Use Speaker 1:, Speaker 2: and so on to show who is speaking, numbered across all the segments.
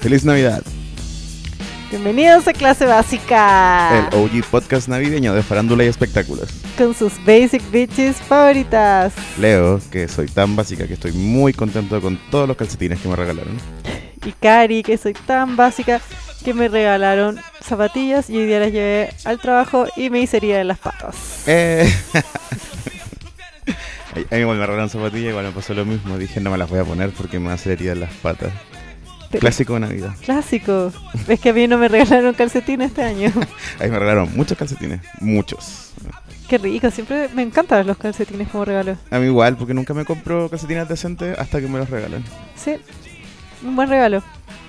Speaker 1: ¡Feliz Navidad!
Speaker 2: Bienvenidos a Clase
Speaker 1: El
Speaker 2: Básica.
Speaker 1: OG podcast navideño de farándula y espectáculos.
Speaker 2: Con sus basic bitches favoritas.
Speaker 1: Leo, que soy tan básica que estoy muy contento con todos los calcetines que me regalaron.
Speaker 2: Y Cari, que soy tan básica que me regalaron zapatillas y hoy día las llevé al trabajo y me hice herida en las patas.
Speaker 1: Eh. A mí igual me regalaron zapatillas, igual me pasó lo mismo. Dije, no me las voy a poner porque me va a hacer herida en las patas.
Speaker 2: Pero-
Speaker 1: Clásico de Navidad.
Speaker 2: Clásico. Es que a mí no me regalaron calcetines este año.
Speaker 1: A mí me regalaron muchos calcetines. Muchos.
Speaker 2: Qué rico, siempre me encantan los calcetines como regalo.
Speaker 1: A mí igual, porque nunca me compro calcetines decentes hasta que me los regalan.
Speaker 2: Sí, un buen regalo.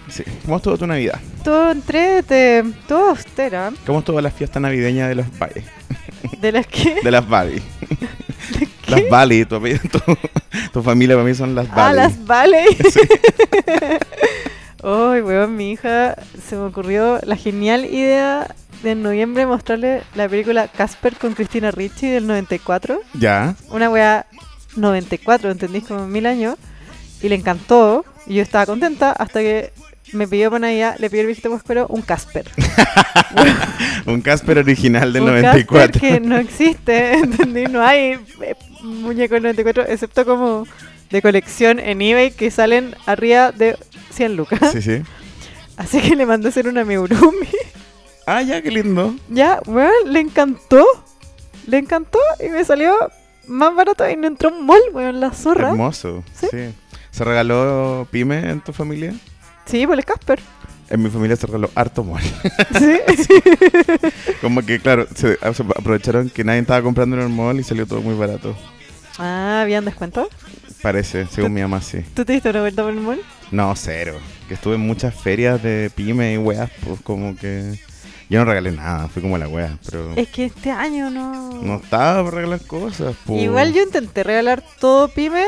Speaker 1: Sí. ¿Cómo estuvo tu Navidad?
Speaker 2: Todo entrete, todo austera.
Speaker 1: ¿Cómo estuvo la fiesta navideña de los valles?
Speaker 2: De las que.
Speaker 1: De las Bali.
Speaker 2: ¿Qué?
Speaker 1: Las Bali, tu, apellido- tu- tu familia para mí son las
Speaker 2: Ah,
Speaker 1: Bali.
Speaker 2: las vale. Ay, weón, mi hija se me ocurrió la genial idea de en noviembre mostrarle la película Casper con Cristina Ricci del 94.
Speaker 1: Ya.
Speaker 2: Una weá 94, ¿entendís? Como mil años. Y le encantó. Y yo estaba contenta hasta que me pidió para Navidad, le pidió el viejito Pascuero un Casper.
Speaker 1: Un Casper original del
Speaker 2: Un Casper
Speaker 1: 94.
Speaker 2: que no existe, ¿entendí? No hay eh, muñeco del 94, excepto como de colección en eBay que salen arriba de 100 lucas.
Speaker 1: Sí, sí.
Speaker 2: Así que le mandé a hacer una amigurumi.
Speaker 1: Ah, ya, qué lindo.
Speaker 2: Ya, weón, le encantó. Le encantó y me salió más barato y no entró un mall, weón, la zorra.
Speaker 1: Hermoso.
Speaker 2: Sí.
Speaker 1: ¿Sí? se regaló pyme en tu familia?
Speaker 2: Sí, por el Casper.
Speaker 1: En mi familia se regaló harto mol.
Speaker 2: Sí.
Speaker 1: Como que, claro, se a- se aprovecharon que nadie estaba comprando en el mall y salió todo muy barato.
Speaker 2: ah, ¿habían descuento?
Speaker 1: Parece, según mi mamá, sí.
Speaker 2: ¿Tú te diste una vuelta por el mall?
Speaker 1: No, cero. Que estuve en muchas ferias de pyme y weas, pues como que. Yo no regalé nada, fui como la wea, pero.
Speaker 2: Es que este año no.
Speaker 1: No estaba para regalar cosas, pues.
Speaker 2: Igual yo intenté regalar todo pyme.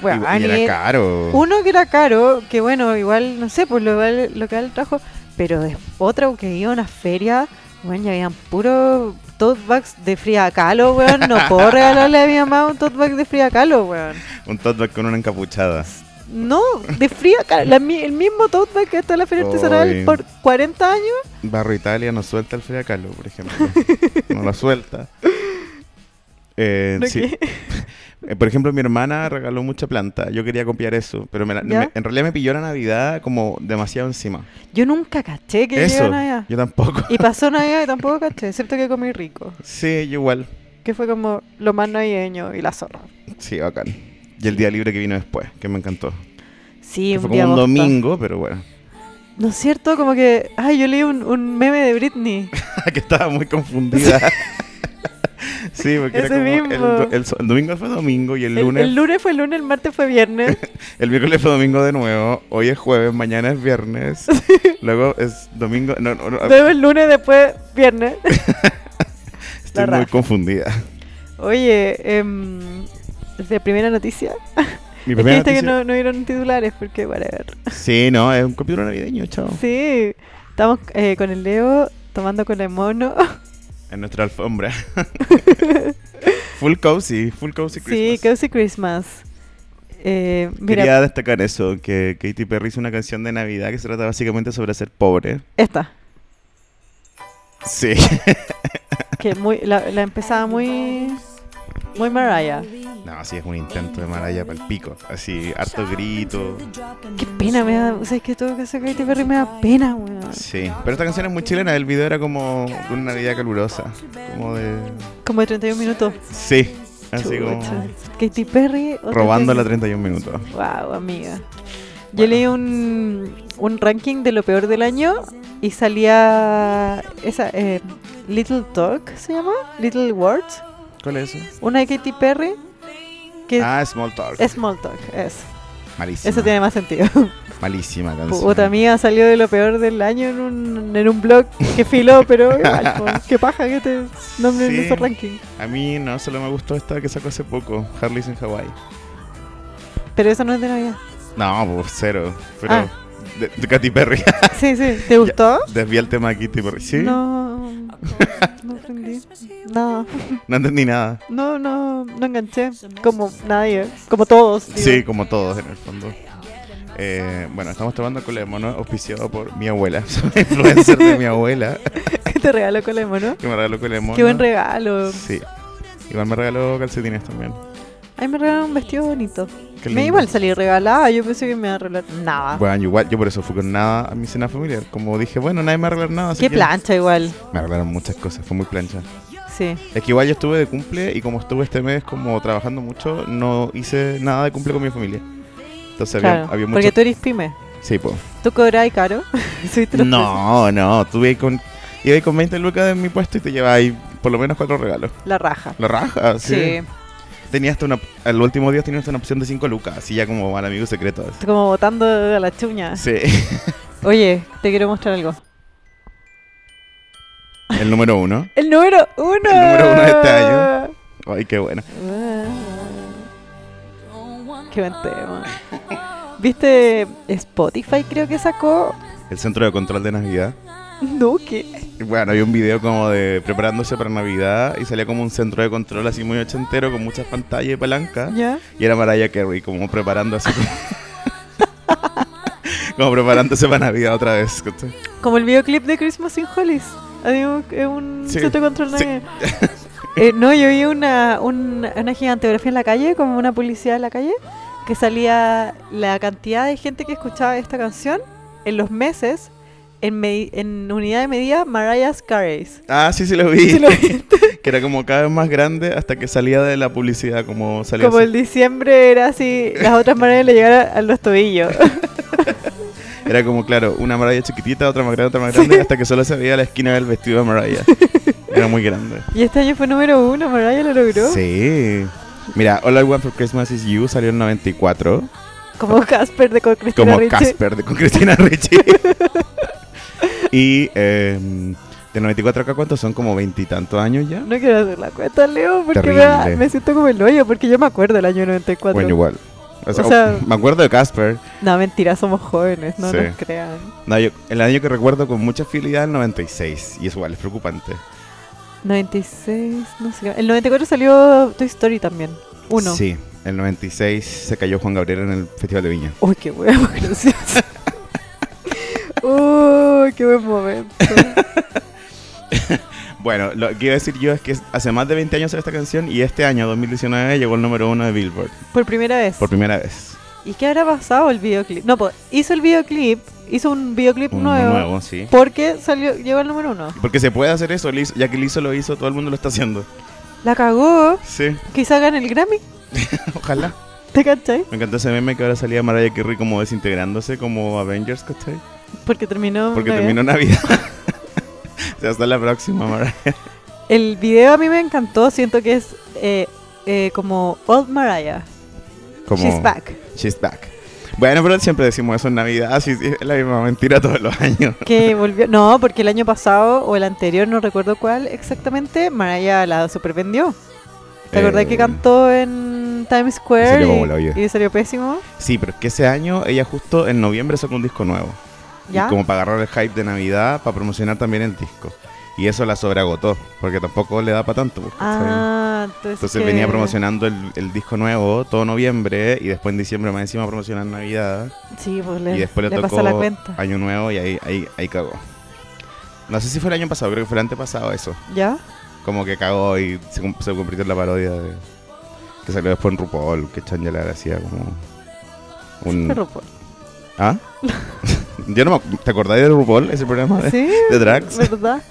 Speaker 2: Weón,
Speaker 1: Y, y
Speaker 2: y-
Speaker 1: era caro.
Speaker 2: Uno que era caro, que bueno, igual, no sé, pues lo, val- lo que vale el trabajo, pero de- otro que iba a una feria, bueno, ya habían puro tote bags de friacalo, weón. No puedo regalarle a mi mamá un tote bag de friacalo, weón.
Speaker 1: Un tote bag con una encapuchada.
Speaker 2: No, de friacalo. La mi- el mismo tote bag que está en la feria artesanal
Speaker 1: Oy.
Speaker 2: por 40 años.
Speaker 1: Barro Italia no suelta el Frida Kahlo, por ejemplo. no la suelta. Eh,
Speaker 2: ¿no?
Speaker 1: sí.
Speaker 2: Que-
Speaker 1: Eh, Por ejemplo, mi hermana regaló mucha planta. Yo quería copiar eso, pero me la-
Speaker 2: ¿Ya?
Speaker 1: me- en realidad me pilló la Navidad como demasiado encima.
Speaker 2: Yo nunca caché que
Speaker 1: eso.
Speaker 2: llegaban allá.
Speaker 1: Yo tampoco.
Speaker 2: Y pasó Navidad y tampoco caché, excepto que comí rico,
Speaker 1: Sí, yo igual.
Speaker 2: que fue como lo más navideño y la zorra.
Speaker 1: Sí, bacán. Y el día libre que vino después, que me encantó.
Speaker 2: Sí,
Speaker 1: Que fue
Speaker 2: día
Speaker 1: como un
Speaker 2: bosta.
Speaker 1: domingo, pero bueno.
Speaker 2: ¿No es cierto? Como que. Ay, yo leí un, un meme de Britney.
Speaker 1: que estaba muy confundida. sí, porque era
Speaker 2: Ese
Speaker 1: como el,
Speaker 2: mismo.
Speaker 1: do- el so- el domingo fue domingo y el
Speaker 2: El,
Speaker 1: lunes
Speaker 2: el fue lunes, el martes fue viernes.
Speaker 1: El miércoles fue domingo de nuevo, hoy es jueves, mañana es viernes, luego es domingo, no, no, no,
Speaker 2: luego el lunes, después viernes.
Speaker 1: estoy
Speaker 2: raja.
Speaker 1: muy confundida.
Speaker 2: Oye, em, de primera noticia.
Speaker 1: Mi
Speaker 2: es que
Speaker 1: primera
Speaker 2: viste que
Speaker 1: noticia-
Speaker 2: no, no vieron titulares, porque para ver.
Speaker 1: Sí, no, es un capítulo navideño, chao.
Speaker 2: Sí, estamos eh, con el Leo tomando con el mono.
Speaker 1: En nuestra alfombra. full cozy, full cozy
Speaker 2: Sí,
Speaker 1: Christmas.
Speaker 2: Cozy Christmas. Eh, mira,
Speaker 1: Quería destacar eso, que Katy Perry hizo una canción de Navidad que se trata básicamente sobre ser pobre.
Speaker 2: esta,
Speaker 1: Sí,
Speaker 2: que muy, la, la empezaba muy. Muy Mariah.
Speaker 1: no, sí, es un intento de maraya para el pico, así, harto grito.
Speaker 2: Qué pena me da. O sea, es que todo que hace Katy Perry me da pena, weón.
Speaker 1: Sí, pero esta canción es muy chilena, el video era como una Navidad calurosa, como de...
Speaker 2: Como de 31 minutos.
Speaker 1: Sí, así
Speaker 2: Chucha.
Speaker 1: como
Speaker 2: Katy Perry. otra
Speaker 1: robando la
Speaker 2: vez.
Speaker 1: 31 minutos.
Speaker 2: Wow, amiga. Yo
Speaker 1: Bueno.
Speaker 2: leí un, un ranking de lo peor del año y salía esa eh, Little Talk, ¿se llama? Little Words.
Speaker 1: ¿Cuál es eso?
Speaker 2: Una de Katy Perry que
Speaker 1: Ah, Small Talk.
Speaker 2: es Small Talk. Es.
Speaker 1: malísima.
Speaker 2: Eso tiene más sentido.
Speaker 1: Malísima canción.
Speaker 2: Puta amiga, salió de lo peor del año en un, en un blog que filó, pero igual, po, qué paja que te nombren en
Speaker 1: Sí.
Speaker 2: ese ranking.
Speaker 1: A mí no, solo me gustó esta que sacó hace poco, Harley's en Hawaii.
Speaker 2: Pero eso no es de Navidad.
Speaker 1: No, pues cero. Pero
Speaker 2: Ah.
Speaker 1: de, de Katy Perry.
Speaker 2: Sí, sí. ¿Te gustó?
Speaker 1: Desvía el tema de Katy Perry. Sí, no,
Speaker 2: No, no aprendí. No,
Speaker 1: entendí nada.
Speaker 2: no, no, no enganché. Como nadie, como todos. digo.
Speaker 1: Sí, como todos en el fondo. Eh, bueno, estamos tomando con mono auspiciado por mi abuela. Soy influencer de mi abuela.
Speaker 2: Te regalo con la mono.
Speaker 1: Que me regaló con mono.
Speaker 2: Qué buen regalo.
Speaker 1: Sí. Igual me regaló calcetines también.
Speaker 2: Ay, me regalaron un vestido bonito.
Speaker 1: Qué
Speaker 2: Me
Speaker 1: lindo.
Speaker 2: igual salí regalada, yo pensé que me iba a regalar nada.
Speaker 1: Bueno, igual yo por eso fui con nada a mi cena familiar. Como dije, bueno, nadie me va a regalar nada. así
Speaker 2: Qué
Speaker 1: que
Speaker 2: plancha igual.
Speaker 1: Me regalaron muchas cosas, fue muy plancha.
Speaker 2: Sí.
Speaker 1: Es que igual yo estuve de cumple y como estuve este mes como trabajando mucho, no hice nada de cumple con mi familia. Entonces había-
Speaker 2: claro.
Speaker 1: había, mucho...
Speaker 2: Porque tú eres pyme.
Speaker 1: Sí, pues.
Speaker 2: ¿Tú cobras caro? Soy trozo.
Speaker 1: No, no, tú ibas con, iba ahí con 20 lucas de mi puesto y te llevabas ahí por lo menos cuatro regalos.
Speaker 2: La raja.
Speaker 1: La raja, sí.
Speaker 2: Sí.
Speaker 1: Tenías hasta una, al último día tenías hasta una opción de 5 lucas, así ya como al amigo secreto. así.
Speaker 2: Estoy Como botando a la chuña.
Speaker 1: Sí,
Speaker 2: Oye, te quiero mostrar algo.
Speaker 1: el número uno.
Speaker 2: El número uno.
Speaker 1: El número uno de este año. Ay, qué bueno.
Speaker 2: Ah, Qué buen tema. ¿Viste Spotify creo que sacó?
Speaker 1: El centro de control de Navidad.
Speaker 2: No, que
Speaker 1: Bueno, había un video como de preparándose para Navidad y salía como un centro de control así muy ochentero con muchas pantallas y palancas.
Speaker 2: ya.
Speaker 1: Y era Mariah Carey como preparando así como- como preparándose para Navidad otra vez. ¿cachai?
Speaker 2: Como el videoclip de Christmas in Hollies. Hay un, eh, un
Speaker 1: Sí,
Speaker 2: centro de control
Speaker 1: sí.
Speaker 2: navideño. Eh, no, yo vi una, un- una gigantografía en la calle, como una publicidad en la calle, que salía la cantidad de gente que escuchaba esta canción en los meses en, medi- en unidad de medida Mariah Carey's.
Speaker 1: Ah, sí, sí lo vi.
Speaker 2: Sí lo vi.
Speaker 1: Que era como cada vez más grande hasta que salía de la publicidad, como salía
Speaker 2: Como
Speaker 1: así.
Speaker 2: el diciembre era así, las otras Mariah le llegaron a los tobillos.
Speaker 1: Era como, claro, una Mariah chiquitita, otra más grande, otra más grande, hasta que solo se veía la esquina del vestido de Mariah. Era muy grande.
Speaker 2: Y este año fue número uno, Mariah lo logró.
Speaker 1: Sí. Mira, All I Want for Christmas is You salió en 94.
Speaker 2: Como Casper de con Cristina
Speaker 1: Como
Speaker 2: Ricci.
Speaker 1: Casper de- con Cristina Ricci. y eh, de 94 acá, ¿cuántos son? Como veintitantos años ya.
Speaker 2: No quiero hacer la cuenta, Leo, porque me,
Speaker 1: Terrible.
Speaker 2: da- me siento como el hoyo, porque yo me acuerdo del año 94.
Speaker 1: Bueno, igual. O sea,
Speaker 2: O sea-
Speaker 1: me acuerdo de Casper.
Speaker 2: No, mentira, somos jóvenes, no
Speaker 1: Sí.
Speaker 2: nos crean.
Speaker 1: No, yo- el año que recuerdo con mucha fidelidad es el 96. Y es igual, es preocupante.
Speaker 2: 96, no sé. qué- El 94 salió Toy Story también, uno.
Speaker 1: Sí, el 96 se cayó Juan Gabriel en el Festival de Viña.
Speaker 2: Uy, qué huevo, gracioso. Uy, qué buen momento.
Speaker 1: Bueno, lo que iba a decir yo es que hace más de 20 años salió esta canción y este año, 2019, llegó el número uno de Billboard
Speaker 2: Por primera vez.
Speaker 1: por primera vez.
Speaker 2: ¿Y qué habrá pasado el videoclip? No, pues hizo el videoclip, hizo un videoclip
Speaker 1: Un
Speaker 2: nuevo,
Speaker 1: nuevo, sí.
Speaker 2: porque salió, llegó al número uno.
Speaker 1: Porque se puede hacer eso, Liz, ya que Lizo lo hizo, todo el mundo lo está haciendo.
Speaker 2: La cagó,
Speaker 1: Sí,
Speaker 2: quizá gane el Grammy,
Speaker 1: ojalá.
Speaker 2: ¿te cachai?
Speaker 1: Me encantó ese meme que ahora salía Mariah Carey como desintegrándose, como Avengers, ¿cachai?
Speaker 2: Porque terminó.
Speaker 1: Porque
Speaker 2: una vez.
Speaker 1: terminó Navidad. o sea, hasta la próxima, Mariah.
Speaker 2: El video a mí me encantó, siento que es eh, eh, como Old Mariah.
Speaker 1: Como-
Speaker 2: She's back.
Speaker 1: She's back. Bueno, pero siempre decimos eso en Navidad, sí, sí, es la misma mentira todos los años.
Speaker 2: Que volvió. No, porque el año pasado o el anterior, no recuerdo cuál exactamente, Mariah la supervendió. ¿Te acordás
Speaker 1: Eh,
Speaker 2: que cantó en Times Square?
Speaker 1: salió
Speaker 2: y-
Speaker 1: como el hoyo.
Speaker 2: y salió pésimo.
Speaker 1: Sí, pero es que ese año ella justo en noviembre sacó un disco nuevo. Y
Speaker 2: ¿Ya?
Speaker 1: como para agarrar el hype de Navidad, para promocionar también el disco. Y eso la sobreagotó, porque tampoco le da para tanto. pues, ¿cachai?
Speaker 2: Ah, entonces.
Speaker 1: Entonces
Speaker 2: que-
Speaker 1: venía promocionando el, el disco nuevo todo noviembre y después en diciembre más encima promocionar Navidad.
Speaker 2: Sí, pues le,
Speaker 1: y después le,
Speaker 2: le
Speaker 1: tocó
Speaker 2: pasa la cuenta.
Speaker 1: Año Nuevo y ahí, ahí, ahí cagó. No sé si fue el año pasado, creo que fue el antepasado eso.
Speaker 2: ¿Ya?
Speaker 1: como que cagó y se, com- se convirtió en la parodia de, que salió después en RuPaul, que Changela hacía como un...
Speaker 2: Pero, pues,
Speaker 1: ¿Ah? Yo no me, ac- ¿Te acordáis de RuPaul, ese programa de,
Speaker 2: Sí,
Speaker 1: de drags?
Speaker 2: ¿verdad?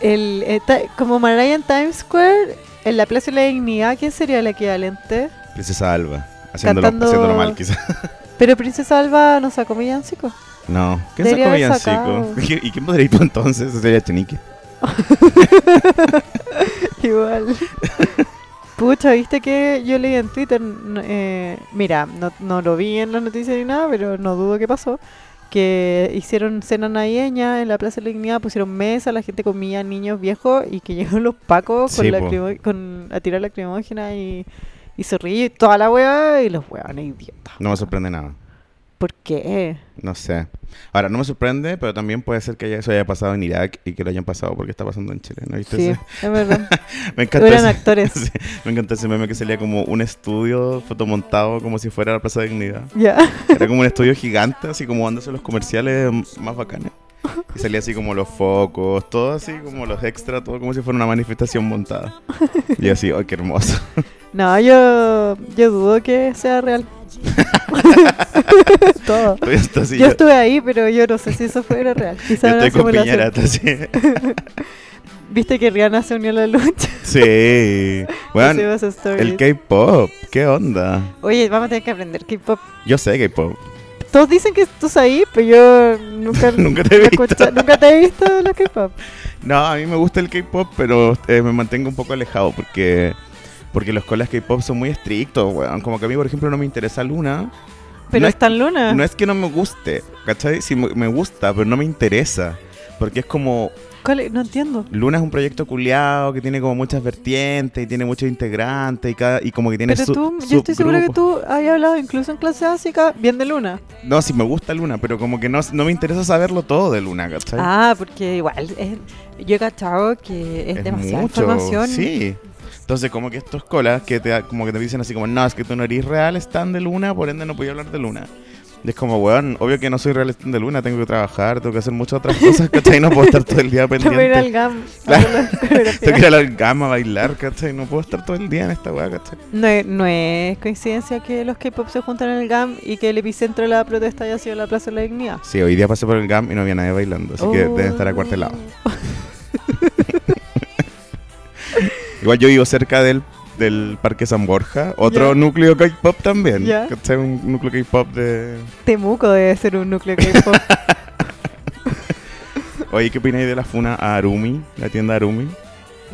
Speaker 2: El, eh, ta- como Mariah en Times Square, en la Plaza de la Dignidad, ¿quién sería el equivalente?
Speaker 1: Princesa Alba, haciéndolo,
Speaker 2: Cantando-
Speaker 1: haciéndolo mal quizás.
Speaker 2: Pero Princesa Alba no sacó villancico.
Speaker 1: No, ¿quién
Speaker 2: Debería
Speaker 1: sacó
Speaker 2: haber
Speaker 1: villancico?
Speaker 2: sacado.
Speaker 1: ¿Y quién podría ir tú entonces? Eso sería Chenique.
Speaker 2: Igual. Pucha, viste que yo leí en Twitter, n- eh, mira, no, no lo vi en las noticias ni nada, pero no dudo que pasó, que hicieron cena navideña en la Plaza de la Dignidad, pusieron mesa, la gente comía, niños viejos, y que llegaron los pacos con
Speaker 1: Sí, po.
Speaker 2: lacrimo- con, a tirar lacrimógena y, y zorrillo y toda la hueá, y los hueones idiotas.
Speaker 1: No me sorprende nada.
Speaker 2: ¿Por qué?
Speaker 1: No sé. Ahora, no me sorprende, pero también puede ser que ya eso haya pasado en Irak y que lo hayan pasado porque está pasando en Chile. ¿No viste
Speaker 2: Sí,
Speaker 1: ese?
Speaker 2: es verdad.
Speaker 1: Me encantó
Speaker 2: Eran
Speaker 1: ese-
Speaker 2: actores.
Speaker 1: Sí, me encantó ese meme que salía como un estudio fotomontado como si fuera la Plaza de Dignidad.
Speaker 2: Ya.
Speaker 1: Era como un estudio gigante, así como dándose los comerciales m- más bacanes. Y salía así como los focos, todo así como los extras, todo como si fuera una manifestación montada. Y así, ¡ay, qué hermoso!
Speaker 2: No, yo, yo dudo que sea real. Todo.
Speaker 1: Estoy hasta así,
Speaker 2: yo
Speaker 1: yo,
Speaker 2: estuve ahí, pero yo no sé si eso fuera real. Quizá
Speaker 1: yo
Speaker 2: era
Speaker 1: estoy con
Speaker 2: simulación.
Speaker 1: Piñera, hasta así.
Speaker 2: Viste que Rihanna se unió a la lucha.
Speaker 1: Sí. Bueno,
Speaker 2: Pusimos stories.
Speaker 1: el K-pop, ¿qué onda?
Speaker 2: Oye, vamos a tener que aprender K-pop.
Speaker 1: Yo sé K-pop.
Speaker 2: Todos dicen que tú ahí, pero yo nunca,
Speaker 1: Nunca te he visto.
Speaker 2: escucha- nunca te he visto los K-pop.
Speaker 1: No, a mí me gusta el K-pop, pero eh, me mantengo un poco alejado porque porque los colas K-pop son muy estrictos, weón. Como que a mí, por ejemplo, no me interesa Luna.
Speaker 2: Pero
Speaker 1: No es-
Speaker 2: están Luna.
Speaker 1: No es que no me guste, ¿cachai? Sí, me me gusta, pero no me interesa. Porque es como,
Speaker 2: ¿Cuál es? No entiendo.
Speaker 1: Luna es un proyecto culiado que tiene como muchas vertientes y tiene muchos integrantes y, cada, y como que tiene
Speaker 2: Pero
Speaker 1: su-
Speaker 2: tú, yo estoy segura que
Speaker 1: subgrupos.
Speaker 2: tú habías hablado incluso en clase básica bien de Luna.
Speaker 1: No, sí me gusta Luna, pero como que no, no me interesa saberlo todo de Luna, ¿cachai?
Speaker 2: Ah, porque igual, es- yo he cachado que es, demasiada información.
Speaker 1: Sí. Entonces, como que estos colas que te, como que te dicen así como, no, es que tú no eres real stand de Luna, por ende no podía hablar de Luna. Y es como, weón, obvio que no soy real stand de Luna, tengo que trabajar, tengo que hacer muchas otras cosas, ¿cachai? No puedo estar todo el día
Speaker 2: No voy a ir al
Speaker 1: pendiente.
Speaker 2: GAM. a
Speaker 1: Claro.
Speaker 2: ver las coreografías.
Speaker 1: Tengo que ir a la gama a bailar, ¿cachai? No puedo estar todo el día en esta weá, ¿cachai?
Speaker 2: No es, no es coincidencia que los K-pop se juntan en el GAM y que el epicentro de la protesta haya sido la Plaza de la Dignidad. Oh.
Speaker 1: Sí, hoy día pasé por el GAM y no había nadie bailando, así que deben estar acuartelados. Igual yo vivo cerca del, del Parque San Borja, otro
Speaker 2: Ya.
Speaker 1: núcleo K-pop también.
Speaker 2: Ya.
Speaker 1: ¿Cachai? Un núcleo K-pop de.
Speaker 2: Temuco debe ser un núcleo K-pop.
Speaker 1: Oye, ¿qué opináis de la funa a Arumi? La tienda Arumi.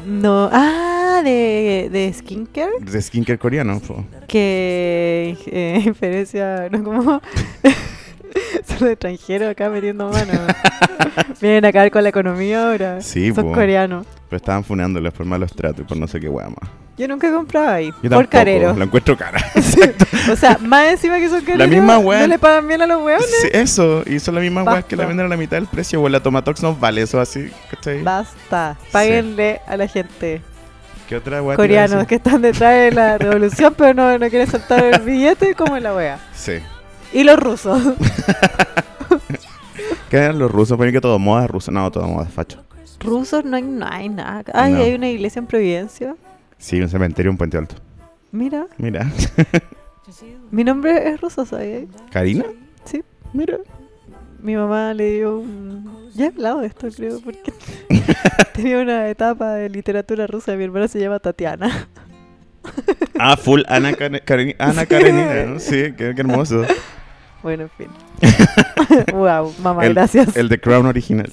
Speaker 2: no, ah, de, de skincare,
Speaker 1: De skincare coreano, po.
Speaker 2: que eh, inferencia, no como... Son los extranjeros acá metiendo mano. Vienen a caer con la economía ahora.
Speaker 1: Sí,
Speaker 2: Son
Speaker 1: po.
Speaker 2: coreanos.
Speaker 1: Pero estaban funándolas por malos tratos y por no sé qué weá más.
Speaker 2: Yo nunca he comprado ahí.
Speaker 1: Yo
Speaker 2: por
Speaker 1: tampoco,
Speaker 2: carero.
Speaker 1: Lo encuentro cara.
Speaker 2: o sea, más encima que son careros.
Speaker 1: misma wea.
Speaker 2: No le pagan bien a los weones.
Speaker 1: Sí, eso, y son las mismas weas que la
Speaker 2: Basta.
Speaker 1: venden a la mitad del precio, o la Tomatox no vale eso así, ¿cachai?
Speaker 2: Basta. Páguenle a la gente.
Speaker 1: ¿Qué otra wea te iba a
Speaker 2: coreanos
Speaker 1: decir?
Speaker 2: que están detrás de la revolución, pero no, no quieren saltar el billete como en la wea.
Speaker 1: Sí.
Speaker 2: Y los rusos.
Speaker 1: ¿Qué eran los rusos? Ponen que todo moda es ruso. No, todo moda es facho.
Speaker 2: rusos no hay, no hay nada. Ay,
Speaker 1: No.
Speaker 2: hay una iglesia en Providencia.
Speaker 1: Sí, un cementerio, un puente alto.
Speaker 2: Mira,
Speaker 1: Mira.
Speaker 2: mi nombre es ruso, ¿sabes?
Speaker 1: ¿Karina?
Speaker 2: Sí.
Speaker 1: Mira.
Speaker 2: Mi mamá le dio un... Ya he hablado de esto, creo, porque tenía una etapa de literatura rusa. Mi hermana se llama Tatiana.
Speaker 1: Ah, full Ana, Karen- Karen- Ana
Speaker 2: Sí.
Speaker 1: Karenina, ¿no? Sí, qué, qué hermoso.
Speaker 2: Bueno, en fin. wow, mamá, gracias.
Speaker 1: El de Crown original.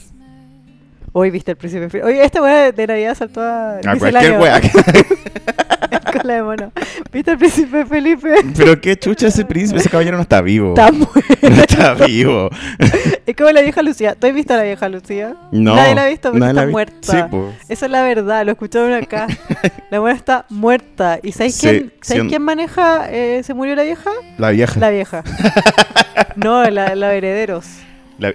Speaker 2: Hoy viste el príncipe. Fri- Oye, esta wea de Navidad saltó a.
Speaker 1: A
Speaker 2: dice el
Speaker 1: Ah, cualquier
Speaker 2: año.
Speaker 1: wea.
Speaker 2: con la de mono. ¿Viste el príncipe Felipe?
Speaker 1: Pero qué chucha ese príncipe, ese caballero no está vivo.
Speaker 2: Está muerto.
Speaker 1: No está vivo.
Speaker 2: Es como la vieja Lucía. ¿Tú has visto a la vieja Lucía?
Speaker 1: No.
Speaker 2: Nadie la ha visto porque
Speaker 1: nadie la
Speaker 2: está
Speaker 1: vi-
Speaker 2: muerta.
Speaker 1: Sí, po.
Speaker 2: Esa es la verdad, lo escucharon acá. la buena está muerta. ¿Y sabéis
Speaker 1: Sí,
Speaker 2: quién,
Speaker 1: sí,
Speaker 2: ¿sabéis
Speaker 1: un-
Speaker 2: quién maneja? eh, ¿Se murió la vieja?
Speaker 1: La vieja.
Speaker 2: La
Speaker 1: La,
Speaker 2: vieja. No, la, la herederos.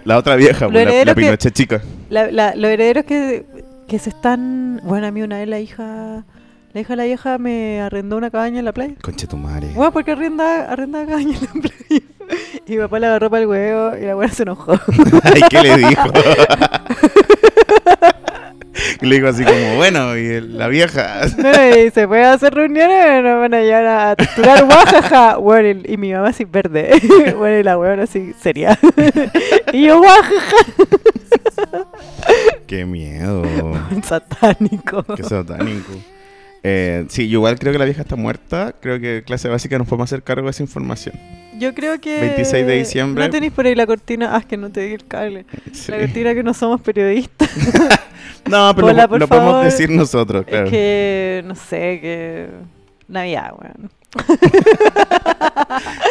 Speaker 1: la otra vieja, po,
Speaker 2: Lo
Speaker 1: la, la
Speaker 2: heredero que-
Speaker 1: Pinochet chica.
Speaker 2: La- la- los herederos que, que se están. Bueno, a mí una vez la hija. La hija de la vieja me arrendó una cabaña en la playa.
Speaker 1: Conche tu madre.
Speaker 2: Bueno, porque arrenda, arrenda cabaña en la playa. Y mi papá le agarró para el huevo y la buena se enojó.
Speaker 1: Ay, ¿qué le dijo? Y le dijo así como, bueno, y el- la vieja.
Speaker 2: No, y se puede hacer reuniones, no van a llegar a torturar, guajaja. Bueno, y, y mi mamá así verde. Bueno, y la huevona así seria. y yo, guajaja,
Speaker 1: Qué miedo.
Speaker 2: satánico.
Speaker 1: Qué satánico. Eh, sí, yo igual creo que la vieja está muerta. Creo que clase básica nos podemos hacer cargo de esa información.
Speaker 2: Yo creo que.
Speaker 1: 26 de diciembre.
Speaker 2: No tenéis por ahí la cortina. Ah, es que no te di el cable.
Speaker 1: Sí.
Speaker 2: La cortina que no somos periodistas.
Speaker 1: No, pero
Speaker 2: Hola,
Speaker 1: lo,
Speaker 2: por
Speaker 1: lo podemos
Speaker 2: favor.
Speaker 1: decir nosotros, claro.
Speaker 2: Es que, no sé, que. Navidad, weón.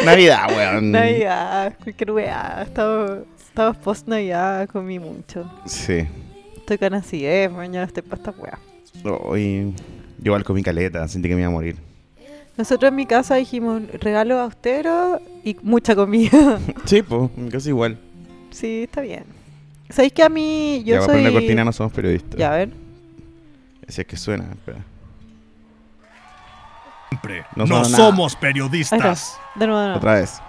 Speaker 1: Navidad, weón.
Speaker 2: Navidad, cualquier weá. Estamos, estamos post-Navidad, comí mucho.
Speaker 1: Sí.
Speaker 2: Estoy con eh, acidez, mañana estoy para esta weá.
Speaker 1: Hoy, yo igual comí caleta, sentí que me iba a morir.
Speaker 2: Nosotros en mi casa dijimos regalo austero y mucha comida.
Speaker 1: Sí, pues, casi igual.
Speaker 2: sí, está bien. ¿Sabéis que a mí yo
Speaker 1: ya, va,
Speaker 2: soy...
Speaker 1: pero en la cortina no somos periodistas.
Speaker 2: Ya, a ver.
Speaker 1: Si es que suena, espera.
Speaker 3: Siempre.
Speaker 1: No
Speaker 3: No,
Speaker 1: somos nada.
Speaker 3: somos
Speaker 2: Ahí está.
Speaker 3: periodistas.
Speaker 2: De nuevo, de nuevo.
Speaker 1: Otra vez.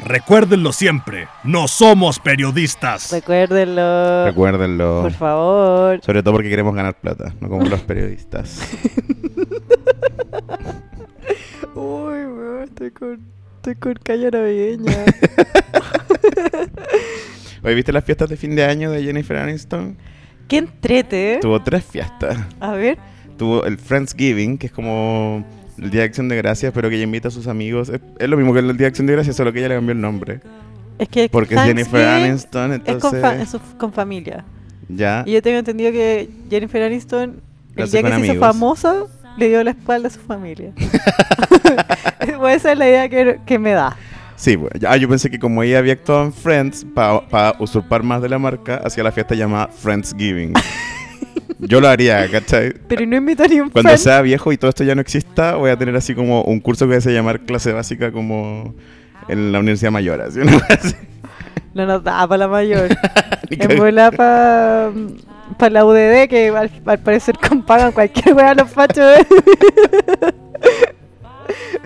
Speaker 3: Recuérdenlo siempre. No somos periodistas.
Speaker 2: Recuérdenlo.
Speaker 1: Recuérdenlo.
Speaker 2: Por favor.
Speaker 1: Sobre todo porque queremos ganar plata, no como los periodistas.
Speaker 2: Uy, weón, estoy con, estoy con caña navideña.
Speaker 1: Hoy viste las fiestas de fin de año de Jennifer Aniston.
Speaker 2: Qué entrete. eh?
Speaker 1: Tuvo tres fiestas.
Speaker 2: A ver.
Speaker 1: Tuvo el Friendsgiving, que es como el Día de Acción de Gracias, pero que ella invita a sus amigos. Es, es lo mismo que el Día de Acción de Gracias, solo que ella le cambió el nombre.
Speaker 2: Es que
Speaker 1: Porque es Jennifer
Speaker 2: Thanksgiving
Speaker 1: Aniston,
Speaker 2: es con, fa-
Speaker 1: entonces.
Speaker 2: es su- con familia.
Speaker 1: Ya.
Speaker 2: Y yo tengo entendido que Jennifer Aniston,
Speaker 1: Lo
Speaker 2: el
Speaker 1: hace
Speaker 2: día que
Speaker 1: con
Speaker 2: se hizo
Speaker 1: amigos.
Speaker 2: famosa, le dio la espalda a su familia. Bueno, Esa es la idea que, que me da.
Speaker 1: Sí, bueno. Ah, yo pensé que como ella había actuado en Friends, para usurpar más de la marca, hacía la fiesta llamada Friendsgiving. yo lo haría, ¿cachai?
Speaker 2: Pero no invito a ni un
Speaker 1: Cuando
Speaker 2: fan.
Speaker 1: sea viejo y todo esto ya no exista, voy a tener así como un curso que se va a llamar clase básica como en la Universidad Mayor. Así, una cosa así.
Speaker 2: No nos da para la mayor.
Speaker 1: Ni
Speaker 2: en
Speaker 1: cagando.
Speaker 2: bola para la UDD, que al, al parecer compagan cualquier wea a los fachos.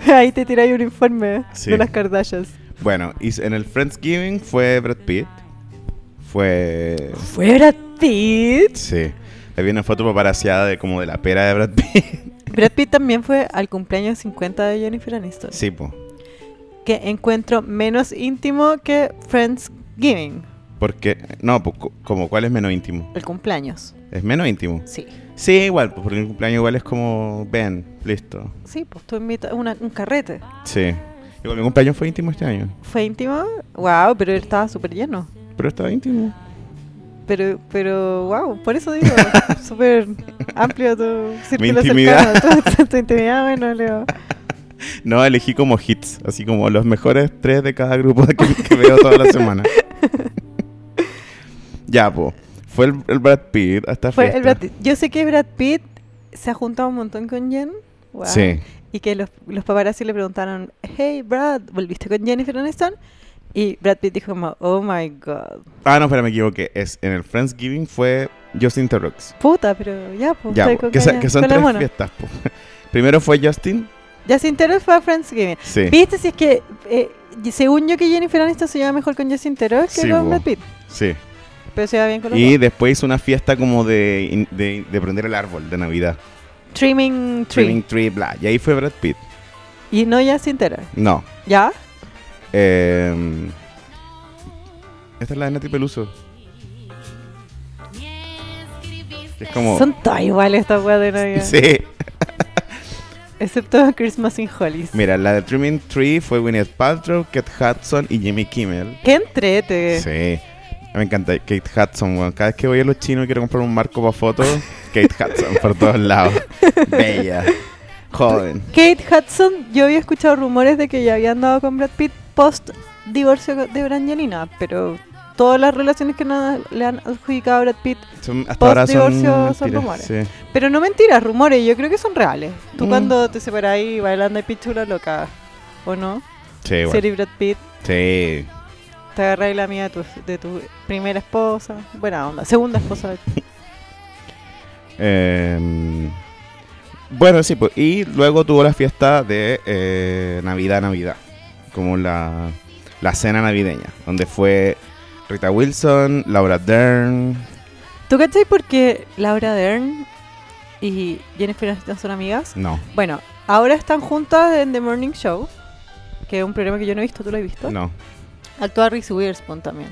Speaker 2: ¿eh? Ahí te tiráis un informe
Speaker 1: Sí.
Speaker 2: de las Kardashians.
Speaker 1: Bueno, y en el Friendsgiving fue Brad Pitt. Fue...
Speaker 2: ¿Fue Brad Pitt?
Speaker 1: Sí. Había una foto paparaseada de como de la pera de Brad Pitt.
Speaker 2: Brad Pitt también fue al cumpleaños 50 de Jennifer Aniston.
Speaker 1: Sí, po.
Speaker 2: Que encuentro menos íntimo que Friendsgiving.
Speaker 1: Porque... No, po, co- como cuál es menos íntimo.
Speaker 2: El cumpleaños,
Speaker 1: Es menos íntimo.
Speaker 2: sí.
Speaker 1: Sí, igual, po, porque el cumpleaños igual es como... Ven, listo.
Speaker 2: Sí, pues tú invitas una- un carrete.
Speaker 1: Sí. Igual mi cumpleaños fue íntimo este año.
Speaker 2: ¿Fue íntimo? Wow, pero él estaba súper lleno.
Speaker 1: Pero estaba íntimo.
Speaker 2: Pero, pero, wow, por eso digo, súper amplio tu círculo
Speaker 1: intimidad.
Speaker 2: cercano, tu, tu- tu intimidad, bueno, Leo.
Speaker 1: No, elegí como hits, así como los mejores tres de cada grupo que, que veo toda la semana. ya, po. Fue el, el Brad Pitt hasta
Speaker 2: Fue el Brad Pitt. Yo sé que Brad Pitt se ha juntado un montón con Jen, wow,
Speaker 1: Sí.
Speaker 2: y que los, los paparazzi le preguntaron, hey Brad, ¿volviste con Jennifer Aniston? Y Brad Pitt dijo como, oh my god,
Speaker 1: Ah, no, espera, me equivoqué. Es, en el Friendsgiving fue Justin Terrocks.
Speaker 2: puta, pero ya, pues,
Speaker 1: Ya,
Speaker 2: estoy
Speaker 1: po,
Speaker 2: con
Speaker 1: que, sa-
Speaker 2: caña,
Speaker 1: que son
Speaker 2: con la
Speaker 1: tres
Speaker 2: mono.
Speaker 1: fiestas, po. Primero fue Justin.
Speaker 2: Justin Theroux fue a Friendsgiving.
Speaker 1: Sí.
Speaker 2: ¿Viste si es que, eh, según yo que Jennifer Aniston se lleva mejor con Justin Theroux que
Speaker 1: Sí,
Speaker 2: con
Speaker 1: po.
Speaker 2: Brad Pitt?
Speaker 1: Sí.
Speaker 2: Pero se lleva bien con los dos.
Speaker 1: Y después hizo una fiesta como de, in- de, de prender el árbol de Navidad.
Speaker 2: Trimming Tree.
Speaker 1: Trimming tree, bla. Y ahí fue Brad Pitt.
Speaker 2: Y no ya se entera.
Speaker 1: No.
Speaker 2: ¿Ya?
Speaker 1: Eh, esta es la de Nati Peluso. Es como.
Speaker 2: Son todas iguales estas weas de Navidad.
Speaker 1: Sí.
Speaker 2: Excepto Christmas in Hollies.
Speaker 1: Mira, la de Trimming Tree fue Gwyneth Paltrow, Kate Hudson y Jimmy Kimmel.
Speaker 2: ¡Qué entrete!
Speaker 1: Sí. Me encanta Kate Hudson, weón. Cada vez que voy a los chinos y quiero comprar un marco para fotos, Kate Hudson por todos lados. Bella. Joven.
Speaker 2: Kate Hudson, yo había escuchado rumores de que ya había andado con Brad Pitt post divorcio de Brangelina, pero todas las relaciones que na- le han adjudicado a Brad Pitt,
Speaker 1: Son- hasta ahora son,
Speaker 2: Post-divorcio son
Speaker 1: mentiras,
Speaker 2: rumores.
Speaker 1: sí.
Speaker 2: pero no mentiras, rumores, yo creo que son reales. Tú
Speaker 1: Mm.
Speaker 2: cuando te separás y bailando y pichula loca, ¿o no?
Speaker 1: Sí, bueno.
Speaker 2: Ser y Brad Pitt,
Speaker 1: Sí.
Speaker 2: te agarras la mía de tu, de tu primera esposa, buena onda, segunda esposa.
Speaker 1: Eh, bueno, sí, pues, y luego tuvo la fiesta de eh, Navidad, Navidad, como la, la cena navideña, donde fue Rita Wilson, Laura Dern,
Speaker 2: ¿Tú cachai por qué Laura Dern y Jennifer Aniston son amigas?
Speaker 1: no,
Speaker 2: Bueno, ahora están juntas en The Morning Show, que es un programa que yo no he visto, ¿tú lo has visto?
Speaker 1: no,
Speaker 2: Actúa Reese Witherspoon también.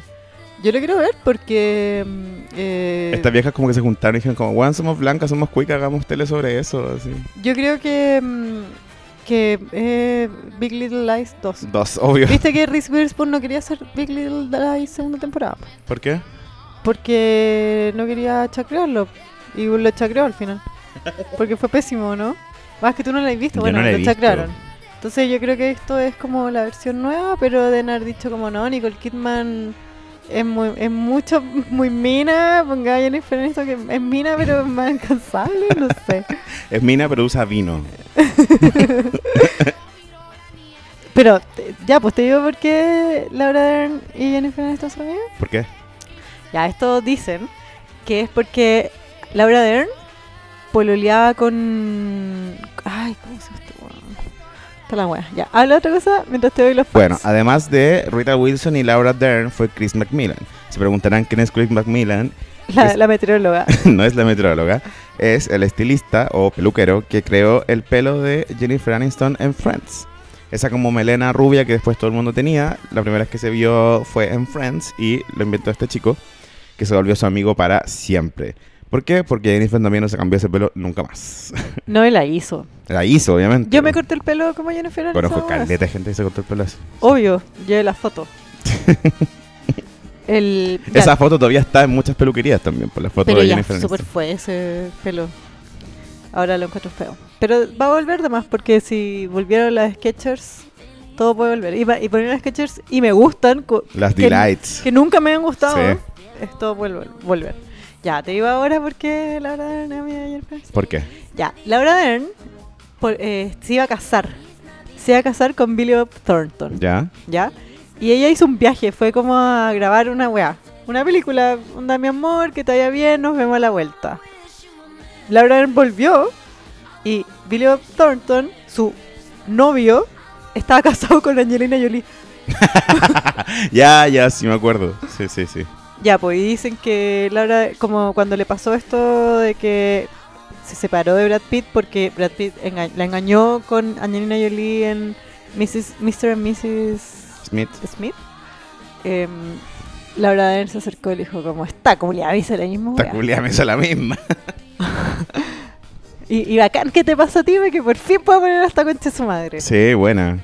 Speaker 2: Yo lo quiero ver porque... mm, eh,
Speaker 1: estas viejas como que se juntaron y dijeron como, weón, somos blancas, somos cuicas, hagamos tele sobre eso, así.
Speaker 2: Yo creo que... mm, que eh, Big Little Lies 2.
Speaker 1: Dos, obvio.
Speaker 2: ¿Viste que Reese Witherspoon no quería hacer Big Little Lies segunda temporada?
Speaker 1: ¿Por qué?
Speaker 2: Porque no quería chacrearlo. Y lo chacreó al final. Porque fue pésimo, ¿no? Más que tú no lo has visto,
Speaker 1: Yo
Speaker 2: bueno,
Speaker 1: no la he
Speaker 2: lo
Speaker 1: visto.
Speaker 2: chacrearon. Entonces yo creo que esto es como la versión nueva, pero de haber dicho como no, Nicole Kidman Es, muy, es mucho, muy mina. Ponga a Jennifer Aniston que es mina, pero es más incansable, no sé.
Speaker 1: Es mina, pero usa vino.
Speaker 2: Pero te- ya, pues te digo por qué Laura Dern y Jennifer Aniston son amigas.
Speaker 1: ¿Por qué?
Speaker 2: Ya, esto dicen que es porque Laura Dern pololeaba con. Ay, ¿cómo se llama este weón? Está la wea. Ya, habla otra cosa mientras te doy los facts.
Speaker 1: Bueno, ah, además de Rita Wilson y Laura Dern, fue Chris Macmillan. Se preguntarán quién es Chris Macmillan.
Speaker 2: la, la meteoróloga.
Speaker 1: no es la meteoróloga, es el estilista o peluquero que creó el pelo de Jennifer Aniston en Friends. Esa como melena rubia que después todo el mundo tenía, la primera vez que se vio fue en Friends y lo inventó este chico que se volvió su amigo para siempre. ¿Por qué? Porque Jennifer también no se cambió ese pelo nunca más.
Speaker 2: No me la hizo.
Speaker 1: La hizo, obviamente.
Speaker 2: Yo me corté el pelo como Jennifer Aniston.
Speaker 1: Conozco
Speaker 2: weón.
Speaker 1: caleta de gente que se cortó el pelo así.
Speaker 2: Obvio, llevé la foto. el, ya,
Speaker 1: Esa foto todavía está en muchas peluquerías también, por la foto
Speaker 2: pero
Speaker 1: de
Speaker 2: ya
Speaker 1: Jennifer
Speaker 2: súper
Speaker 1: Aniston.
Speaker 2: fue ese pelo. Ahora lo encuentro feo. Pero va a volver además porque si volvieron las Sketchers, todo puede volver. Y, va- y poner las Sketchers y me gustan, co-
Speaker 1: Las
Speaker 2: que-
Speaker 1: Delights.
Speaker 2: que nunca me han gustado,
Speaker 1: Sí.
Speaker 2: es todo vuelve, volver. Ya, te digo ahora porque la verdad era una amiga de Jennifer Aniston.
Speaker 1: ¿Por qué?
Speaker 2: Ya, Laura Dern por- eh, se iba a casar. Se iba a casar con Billy Bob Thornton.
Speaker 1: ¿Ya?
Speaker 2: ¿ya? Y ella hizo un viaje, fue como a grabar una weá, una película, onda mi amor, que te vaya bien, nos vemos a la vuelta. Laura Dern volvió y Billy Bob Thornton, su novio, estaba casado con Angelina Jolie.
Speaker 1: Ya, ya, sí me acuerdo. Sí, sí, sí.
Speaker 2: Ya, pues y dicen que Laura, como cuando le pasó esto de que se separó de Brad Pitt porque Brad Pitt enga- la engañó con Angelina Jolie en Mrs. Mr. and Mrs.
Speaker 1: Smith.
Speaker 2: Smith, eh, Laura Dern se acercó y le dijo como está culiada, hice la misma
Speaker 1: Esta
Speaker 2: weá".
Speaker 1: culia me hizo la misma.
Speaker 2: Y, y bacán que te pasa a ti, que por fin puedo poner esta concha a su madre.
Speaker 1: Sí, buena.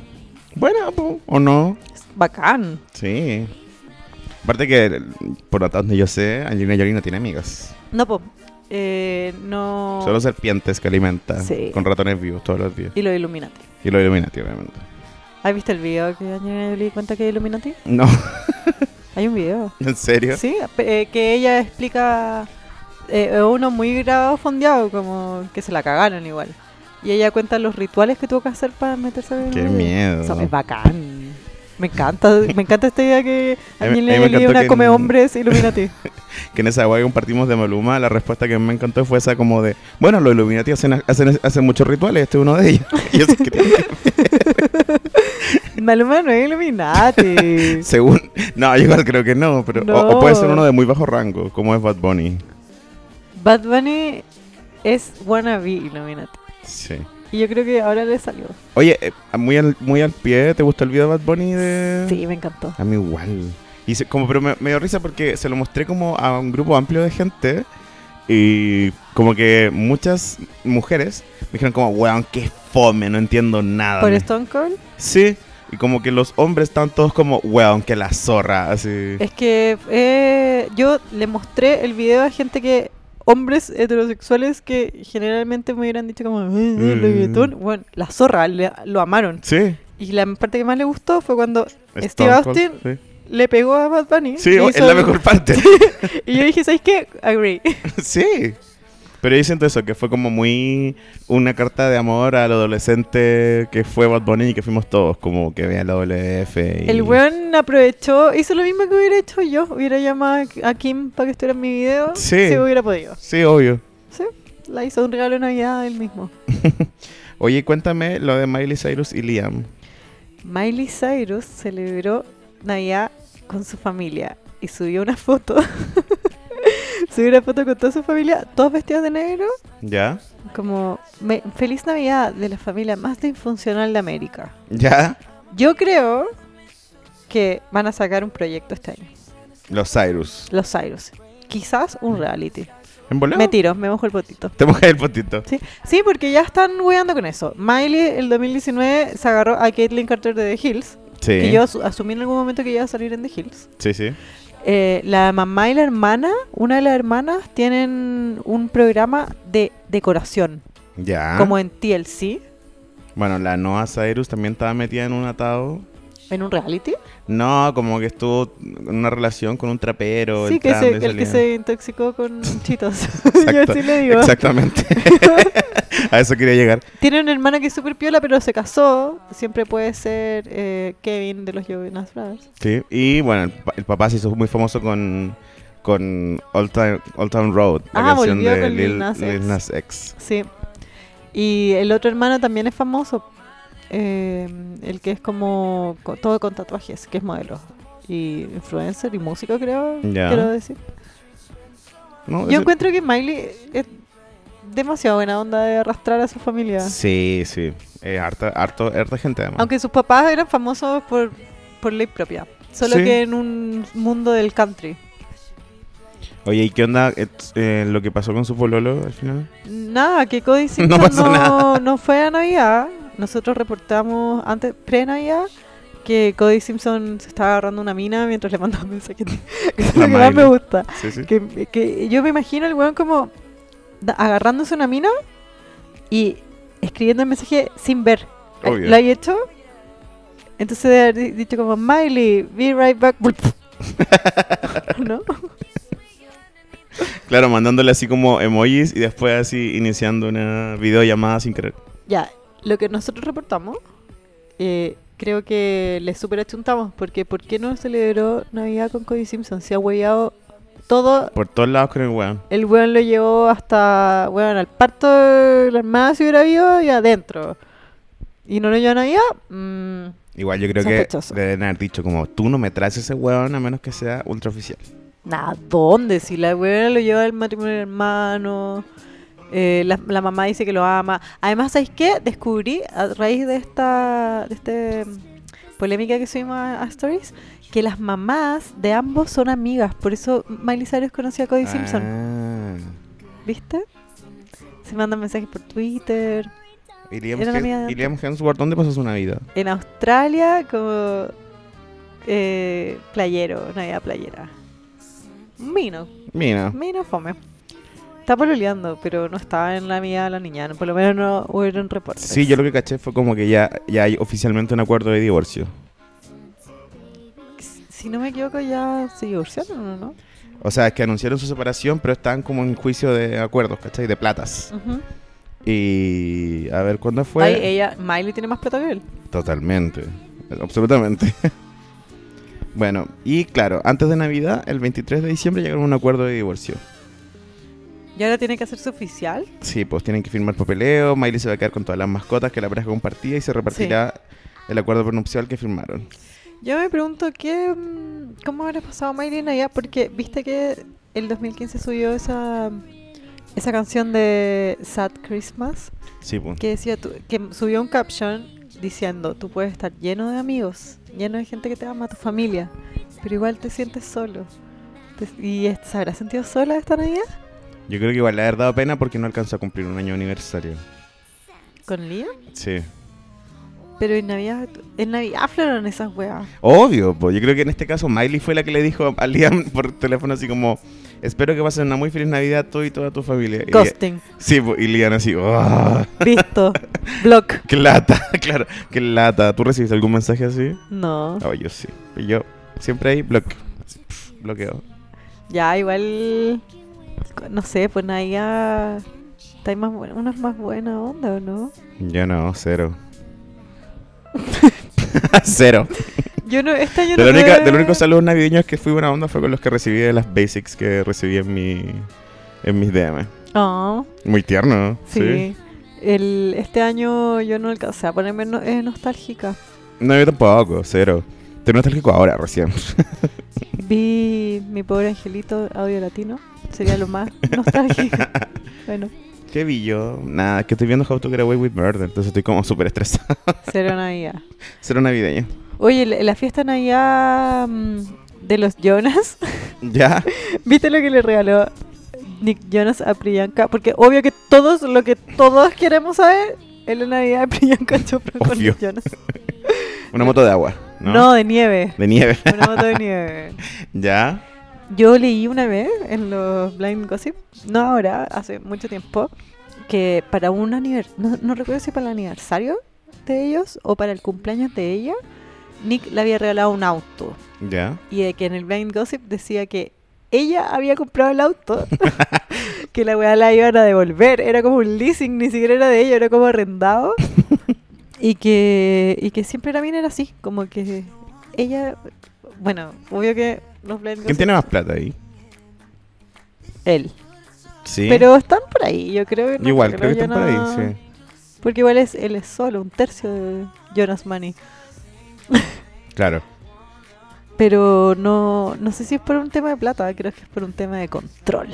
Speaker 1: Buena, po, o no.
Speaker 2: Bacán.
Speaker 1: Sí. Aparte que, por lo tanto, yo sé, Angelina Jolie no tiene amigas.
Speaker 2: No, po. eh, no.
Speaker 1: Solo serpientes que alimenta.
Speaker 2: Sí.
Speaker 1: Con ratones vivos todos los días.
Speaker 2: Y lo Illuminati.
Speaker 1: Y lo Illuminati, obviamente.
Speaker 2: ¿Has visto el video que Angelina Jolie cuenta que es Illuminati?
Speaker 1: No,
Speaker 2: Hay un video.
Speaker 1: ¿en serio?
Speaker 2: Sí, pe- eh, que ella explica eh, uno muy grabado, fondeado, como que se la cagaron igual. Y ella cuenta los rituales que tuvo que hacer para meterse al
Speaker 1: Qué
Speaker 2: Illuminati.
Speaker 1: miedo.
Speaker 2: Eso es bacán. Me encanta, me encanta esta idea que
Speaker 1: A mí- a mí me
Speaker 2: Angelina Jolie
Speaker 1: encantó
Speaker 2: una
Speaker 1: que
Speaker 2: come
Speaker 1: en-
Speaker 2: hombres Illuminati.
Speaker 1: Que en esa guay compartimos de Maluma, la respuesta que me encantó fue esa como de, bueno, los Illuminati hacen, hacen, hacen muchos rituales, este es uno de ellos. Y eso que tiene que-
Speaker 2: Maluma no es Illuminati.
Speaker 1: según... No, yo igual creo que no, pero... O, o puede ser
Speaker 2: No.
Speaker 1: uno de muy bajo rango, como es Bad Bunny.
Speaker 2: Bad Bunny es wannabe Illuminati.
Speaker 1: Sí.
Speaker 2: Y yo creo que ahora le salió.
Speaker 1: Oye, eh, muy al, muy al pie, ¿te gustó el video de Bad Bunny? De...
Speaker 2: Sí, me encantó.
Speaker 1: A mí igual. Y se- como, pero me, me dio risa porque se lo mostré como a un grupo amplio de gente y como que muchas mujeres me dijeron como, weón, qué fome, no entiendo nada.
Speaker 2: Por
Speaker 1: Me-
Speaker 2: Stone Cold.
Speaker 1: Sí. Y como que los hombres están todos como, weón, que la zorra, así.
Speaker 2: Es que eh, yo le mostré el video a gente que. Hombres heterosexuales que generalmente me hubieran dicho como. "Eh, eh,
Speaker 1: Mm.
Speaker 2: reggaetón". Bueno, la zorra, le- lo amaron.
Speaker 1: Sí.
Speaker 2: Y la parte que más le gustó fue cuando eh, Steve
Speaker 1: Stone Cold,
Speaker 2: Austin le pegó a Bad Bunny.
Speaker 1: Sí, sí
Speaker 2: y
Speaker 1: o- es
Speaker 2: hizo
Speaker 1: la
Speaker 2: el-
Speaker 1: mejor parte.
Speaker 2: Y yo dije, ¿sabes qué? Agree.
Speaker 1: Sí. Pero yo siento eso, que fue como muy una carta de amor al adolescente que fue Bad Bunny y que fuimos todos, como que vean la WF. Y...
Speaker 2: El weón aprovechó, hizo lo mismo que hubiera hecho yo. Hubiera llamado a Kim para que estuviera en mi video.
Speaker 1: Sí.
Speaker 2: Si hubiera podido.
Speaker 1: Sí, obvio.
Speaker 2: Sí. La hizo un regalo de Navidad él mismo.
Speaker 1: Oye, cuéntame lo de Miley Cyrus y Liam.
Speaker 2: Miley Cyrus celebró Navidad con su familia y subió una foto. subió una foto con toda su familia, todos vestidos de negro.
Speaker 1: ¿Ya?
Speaker 2: Como, "Me- feliz Navidad de la familia más disfuncional de América.
Speaker 1: ¿Ya?
Speaker 2: Yo creo que van a sacar un proyecto este año.
Speaker 1: Los Cyrus.
Speaker 2: Los Cyrus. Quizás un reality.
Speaker 1: ¿En voleo?
Speaker 2: Me tiro, me mojo el potito.
Speaker 1: Te mojas el potito.
Speaker 2: Sí, sí, porque ya están weando con eso. Miley, el 2019, se agarró a Caitlyn Carter de The Hills.
Speaker 1: Sí.
Speaker 2: Que yo asu- asumí en algún momento que iba a salir en The Hills.
Speaker 1: Sí, sí.
Speaker 2: Eh, la mamá y la hermana, una de las hermanas, tienen un programa de decoración.
Speaker 1: Ya.
Speaker 2: Como en TLC.
Speaker 1: Bueno, la Noah Cyrus también estaba metida en un atado.
Speaker 2: ¿En un reality?
Speaker 1: No, como que estuvo en una relación con un trapero.
Speaker 2: sí, que
Speaker 1: entrando
Speaker 2: se-
Speaker 1: y
Speaker 2: el que
Speaker 1: saliendo.
Speaker 2: se intoxicó con chitos. Yo
Speaker 1: Exacto,
Speaker 2: así le digo.
Speaker 1: Exactamente. A eso quería llegar.
Speaker 2: Tiene una hermana que es súper piola, pero se casó. Siempre puede ser eh, Kevin de los Jonas Brothers.
Speaker 1: Sí. Y bueno, el, pa- el papá se hizo muy famoso con, con Old, Town, Old Town Road, la
Speaker 2: Ah,
Speaker 1: canción
Speaker 2: volvió
Speaker 1: de
Speaker 2: con Lil
Speaker 1: Lil,
Speaker 2: Nas X.
Speaker 1: Lil Nas X.
Speaker 2: Sí. Y el otro hermano también es famoso. eh, el que es como co- todo con tatuajes, que es modelo. Y influencer y músico, creo.
Speaker 1: Ya.
Speaker 2: Quiero decir.
Speaker 1: No,
Speaker 2: Yo
Speaker 1: ese-
Speaker 2: encuentro que Miley es demasiado buena onda de arrastrar a su familia.
Speaker 1: Sí, sí. Eh, harta, harto, harta gente además.
Speaker 2: Aunque sus papás eran famosos por, por ley propia. Solo
Speaker 1: Sí.
Speaker 2: que en un mundo del country.
Speaker 1: Oye, ¿y qué onda eh, eh, lo que pasó con su pololo al final?
Speaker 2: Nada, que Cody
Speaker 1: No
Speaker 2: Simpson no,
Speaker 1: pasó nada.
Speaker 2: no fue a Navidad. Nosotros reportamos antes, pre-Navidad, que Cody Simpson se estaba agarrando una mina mientras le mandaba mensajes. Que es lo
Speaker 1: La
Speaker 2: que más me
Speaker 1: Miley.
Speaker 2: gusta.
Speaker 1: Sí, sí.
Speaker 2: Que, que yo me imagino el weón como da- agarrándose una mina y escribiendo el mensaje sin ver. Eh,
Speaker 1: Obvio.
Speaker 2: ¿Lo hay hecho? Entonces debe haber di- dicho como, Miley, be right back. ¿No?
Speaker 1: Claro, mandándole así como emojis y después así iniciando una videollamada sin querer.
Speaker 2: Ya, lo que nosotros reportamos, eh, creo que le super achuntamos, porque ¿por qué no celebró Navidad con Cody Simpson? Se ha hueveado todo,
Speaker 1: Por todos lados con el weón.
Speaker 2: el weón lo llevó hasta, weón, al parto de la hermana si hubiera vivo y adentro. Y no lo llevó a Navidad, mm,
Speaker 1: Igual yo creo que
Speaker 2: Sospechoso.
Speaker 1: le deben haber dicho como, tú no me traes ese weón a menos que sea ultraoficial.
Speaker 2: nada, ¿dónde? Si la weón lo lleva al matrimonio del hermano... eh, la, la mamá dice que lo ama. Además, ¿sabéis qué? Descubrí a raíz de esta de este, mm, polémica que subimos a, a Stories que las mamás de ambos son amigas. Por eso Miley Cyrus conocía a Cody Simpson.
Speaker 1: Ah.
Speaker 2: ¿Viste? Se mandan mensajes por Twitter.
Speaker 1: Y Liam,
Speaker 2: Era una
Speaker 1: Hem-
Speaker 2: amiga de
Speaker 1: y
Speaker 2: antes.
Speaker 1: Liam Hemsworth, ¿dónde pasó su Navidad?
Speaker 2: En Australia, como eh, playero, Navidad playera. Mino,
Speaker 1: Mira.
Speaker 2: Mino fome. Está pololeando, pero no estaba en la mía la niña. no- Por lo menos no hubieron reportes.
Speaker 1: Sí, yo lo que caché fue como que ya, ya hay oficialmente un acuerdo de divorcio.
Speaker 2: Si no me equivoco, ya se divorciaron, ¿o ¿no?
Speaker 1: O sea, es que anunciaron su separación, pero están como en juicio de acuerdos, ¿cachai? De platas.
Speaker 2: Ujú.
Speaker 1: Y a ver, ¿cuándo fue?
Speaker 2: Ay, ella, Miley tiene más plata que él.
Speaker 1: Totalmente. Absolutamente. bueno, y claro, antes de Navidad, el 23 de diciembre llegaron a un acuerdo de divorcio.
Speaker 2: Y ahora tiene que hacerse oficial.
Speaker 1: Sí, pues tienen que firmar papeleo, Miley se va a quedar con todas las mascotas que la pareja compartía y se repartirá el acuerdo prenupcial que firmaron.
Speaker 2: Yo me pregunto qué, mm, cómo habrá pasado Miley en Navidad, porque viste que el 2015 subió esa esa canción de Sad Christmas
Speaker 1: Sí, pues.
Speaker 2: que decía tú- que subió un caption diciendo tú puedes estar lleno de amigos, lleno de gente que te ama, tu familia, pero igual te sientes solo. Te- ¿Y es- se habrá sentido sola esta Navidad?
Speaker 1: Yo creo que igual le ha dado pena porque no alcanzó a cumplir un año aniversario.
Speaker 2: ¿Con Lía?
Speaker 1: Sí.
Speaker 2: Pero en Navidad, en Navidad afloraron esas weas.
Speaker 1: Obvio, pues yo creo que en este caso Miley fue la que le dijo a Liam por teléfono así como, espero que pasen una muy feliz Navidad tú y toda tu familia. Y Liam-
Speaker 2: Ghosting,
Speaker 1: sí, pues, y Liam así, "Ah,
Speaker 2: visto, block.
Speaker 1: qué lata, claro, qué lata. ¿Tú recibiste algún mensaje así?
Speaker 2: No.
Speaker 1: Ah, yo sí. Y yo siempre ahí bloque- así, pf, bloqueo.
Speaker 2: Ya, igual. No sé, pues Navidad. Está más buena, una es más buena onda, ¿o no?
Speaker 1: Yo no, cero. cero.
Speaker 2: Yo no, este año
Speaker 1: De,
Speaker 2: no
Speaker 1: la única,
Speaker 2: tuve-
Speaker 1: de los únicos saludos navideños que fui buena onda fue con los que recibí de las basics que recibí en mi en mis DM.
Speaker 2: Oh,
Speaker 1: Muy tierno,
Speaker 2: sí. El, este año yo no alcancé a ponerme no- eh, nostálgica.
Speaker 1: No, yo tampoco, cero. Estoy nostálgico ahora, recién.
Speaker 2: Vi mi pobre angelito audio latino. Sería lo más nostálgico. bueno,
Speaker 1: ¿Qué vi yo? Nada, que estoy viendo How to Get Away with Murder, entonces estoy como súper estresado.
Speaker 2: será Navidad.
Speaker 1: Cero navideño.
Speaker 2: Oye, la, la fiesta de Navidad mm, de los Jonas.
Speaker 1: ¿Ya?
Speaker 2: ¿Viste lo que le regaló Nick Jonas a Priyanka? Porque obvio que todos, lo que todos queremos saber es la Navidad de Priyanka Chopra con
Speaker 1: Obvio.
Speaker 2: Nick Jonas.
Speaker 1: Una moto de agua, ¿no?
Speaker 2: ¿No? de nieve.
Speaker 1: De nieve.
Speaker 2: Una moto de nieve.
Speaker 1: ¿Ya?
Speaker 2: Yo leí una vez en los Blind Gossip, no ahora, hace mucho tiempo, que para un aniversario, no, no recuerdo si para el aniversario de ellos o para el cumpleaños de ella, Nick le había regalado un auto.
Speaker 1: Ya.
Speaker 2: Y de que en el Blind Gossip decía que ella había comprado el auto, que la weá la iban a devolver. Era como un leasing, ni siquiera era de ella, era como arrendado. y, que, y que siempre la mina era así, como que ella. Bueno, obvio que los Blind
Speaker 1: ¿Quién
Speaker 2: Gossip.
Speaker 1: tiene más plata ahí?
Speaker 2: Él.
Speaker 1: Sí.
Speaker 2: Pero están por ahí, yo creo.
Speaker 1: Yo Igual,
Speaker 2: no,
Speaker 1: creo que
Speaker 2: yo
Speaker 1: están por
Speaker 2: no-
Speaker 1: ahí,
Speaker 2: Porque igual es, él es solo, un tercio de Jonas Money.
Speaker 1: sí. Claro.
Speaker 2: Pero no, no sé si es por un tema de plata, creo que es por un tema de control.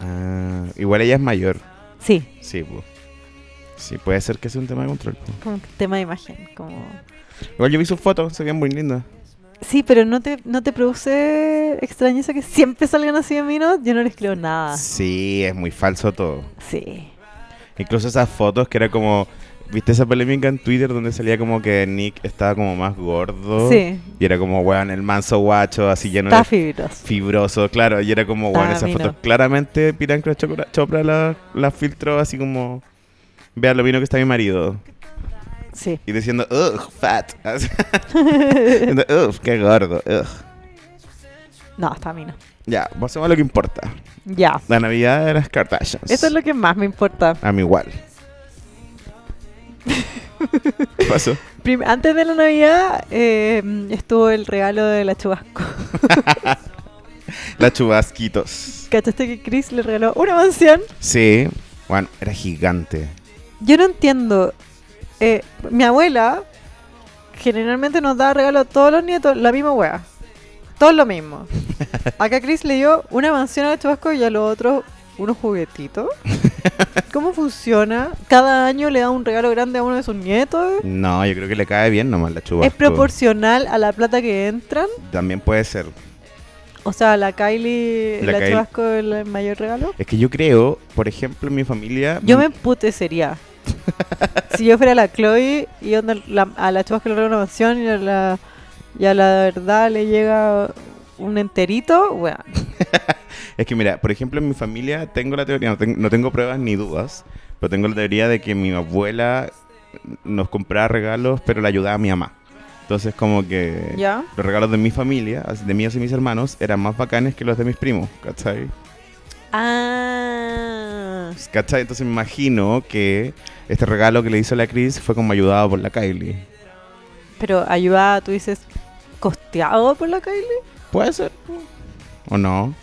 Speaker 1: Ah, igual ella es mayor.
Speaker 2: Sí,
Speaker 1: Sí, pues. Sí, puede ser que sea un tema de control. po.
Speaker 2: como un tema de imagen. Como...
Speaker 1: Igual yo vi sus fotos, se veían muy lindas.
Speaker 2: Sí, pero no te, no te produce extrañeza que siempre salgan así de mí, ¿no? Yo no les creo nada.
Speaker 1: Sí, es muy falso todo.
Speaker 2: Sí.
Speaker 1: Incluso esas fotos que era como. ¿Viste esa polémica en Twitter donde salía como que Nick estaba como más gordo?
Speaker 2: Sí,
Speaker 1: Y era como, weón, el manso guacho, así lleno
Speaker 2: está
Speaker 1: de
Speaker 2: fibroso.
Speaker 1: fibroso, claro. Y era como, weón,
Speaker 2: Ah,
Speaker 1: esas
Speaker 2: vino.
Speaker 1: fotos claramente Pirancro Chopra, Chopra las la filtró así como, vean lo vino que está mi marido.
Speaker 2: Sí.
Speaker 1: Y diciendo, ugh, fat. Así. Diciendo, ugh, qué gordo, ugh.
Speaker 2: No, está mí no.
Speaker 1: Ya, pasemos a lo que importa.
Speaker 2: Ya.
Speaker 1: La Navidad de las Kardashians.
Speaker 2: Eso es lo que más me importa.
Speaker 1: A mí igual. ¿Qué pasó?
Speaker 2: Prim- Antes de la Navidad eh, estuvo el regalo de la chubasco.
Speaker 1: Las chubasquitos.
Speaker 2: ¿Cachaste que Chris le regaló una mansión?
Speaker 1: Sí, bueno, era gigante.
Speaker 2: Yo no entiendo. Eh, mi abuela generalmente nos da regalo a todos los nietos la misma wea. Todo lo mismo. Acá Chris le dio una mansión al chubasco y a los otros unos juguetitos. ¿Cómo funciona? Cada año le da un regalo grande a uno de sus nietos.
Speaker 1: No, yo creo que le cae bien nomás la chubasco.
Speaker 2: ¿Es proporcional a la plata que entran?
Speaker 1: También puede ser.
Speaker 2: O sea, la Kylie,
Speaker 1: La
Speaker 2: la,
Speaker 1: Kylie.
Speaker 2: chubasco, el mayor regalo.
Speaker 1: Es que yo creo, por ejemplo, en mi familia.
Speaker 2: Yo me emputecería. si yo fuera la Chloe y onda la- a la chubasca le regalo una mansión y a la, y a la verdad le llega un enterito, weón.
Speaker 1: Es que mira, por ejemplo, en mi familia tengo la teoría, no, ten- no tengo pruebas ni dudas, pero tengo la teoría de que mi abuela nos compraba regalos, pero la ayudaba a mi mamá. Entonces, como que.
Speaker 2: ¿Ya?
Speaker 1: Los regalos de mi familia, así, de míos y mis hermanos, eran más bacanes que los de mis primos, ¿cachai?
Speaker 2: Ah.
Speaker 1: Pues, ¿Cachai? Entonces me imagino que este regalo que le hizo la Chris fue como ayudado por la Kylie.
Speaker 2: Pero ayuda, tú dices, costeado por la Kylie.
Speaker 1: Puede ser. ¿O no?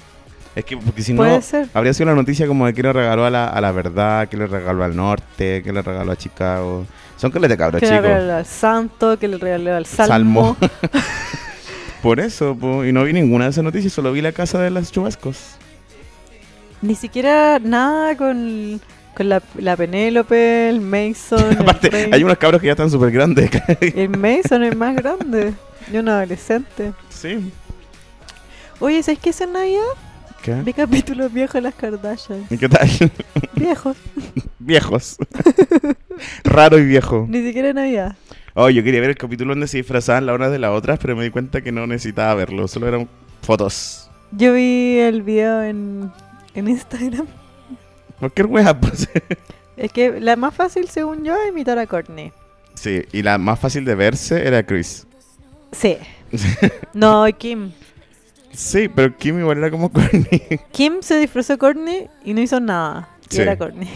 Speaker 1: Es que porque si
Speaker 2: Puede
Speaker 1: no,
Speaker 2: ser.
Speaker 1: habría sido la noticia como de que le regaló a la, a la verdad, que le regaló al norte, que le regaló a Chicago. Son que le de cabros,
Speaker 2: Que le
Speaker 1: chicos.
Speaker 2: regaló al santo, que le regaló al salmo.
Speaker 1: por eso, po, y no vi ninguna de esas noticias, solo vi la casa de las chubascos.
Speaker 2: Ni siquiera nada con, con la, la Penélope, el Mason. el
Speaker 1: Aparte,
Speaker 2: Rey.
Speaker 1: hay unos cabros que ya están súper grandes.
Speaker 2: El Mason es más grande. Y un adolescente.
Speaker 1: sí.
Speaker 2: Oye, ¿sabes qué es en Navidad?
Speaker 1: ¿Qué?
Speaker 2: Vi capítulos viejos de las Kardashian.
Speaker 1: ¿Y ¿Qué tal?
Speaker 2: Viejos.
Speaker 1: Viejos. Raro y viejo.
Speaker 2: Ni siquiera en Navidad.
Speaker 1: Oh, yo quería ver el capítulo donde se disfrazaban la una de la otra, pero me di cuenta que no necesitaba verlo, solo eran fotos.
Speaker 2: Yo vi el video en, en Instagram.
Speaker 1: Cualquier wea, pues.
Speaker 2: Es que la más fácil, según yo, es imitar a Courtney.
Speaker 1: Sí, y la más fácil de verse era Chris.
Speaker 2: Sí. No, Kim.
Speaker 1: Sí, pero Kim igual era como Courtney.
Speaker 2: Kim se disfrazó de Courtney y no hizo nada. Y
Speaker 1: Sí.
Speaker 2: era Courtney.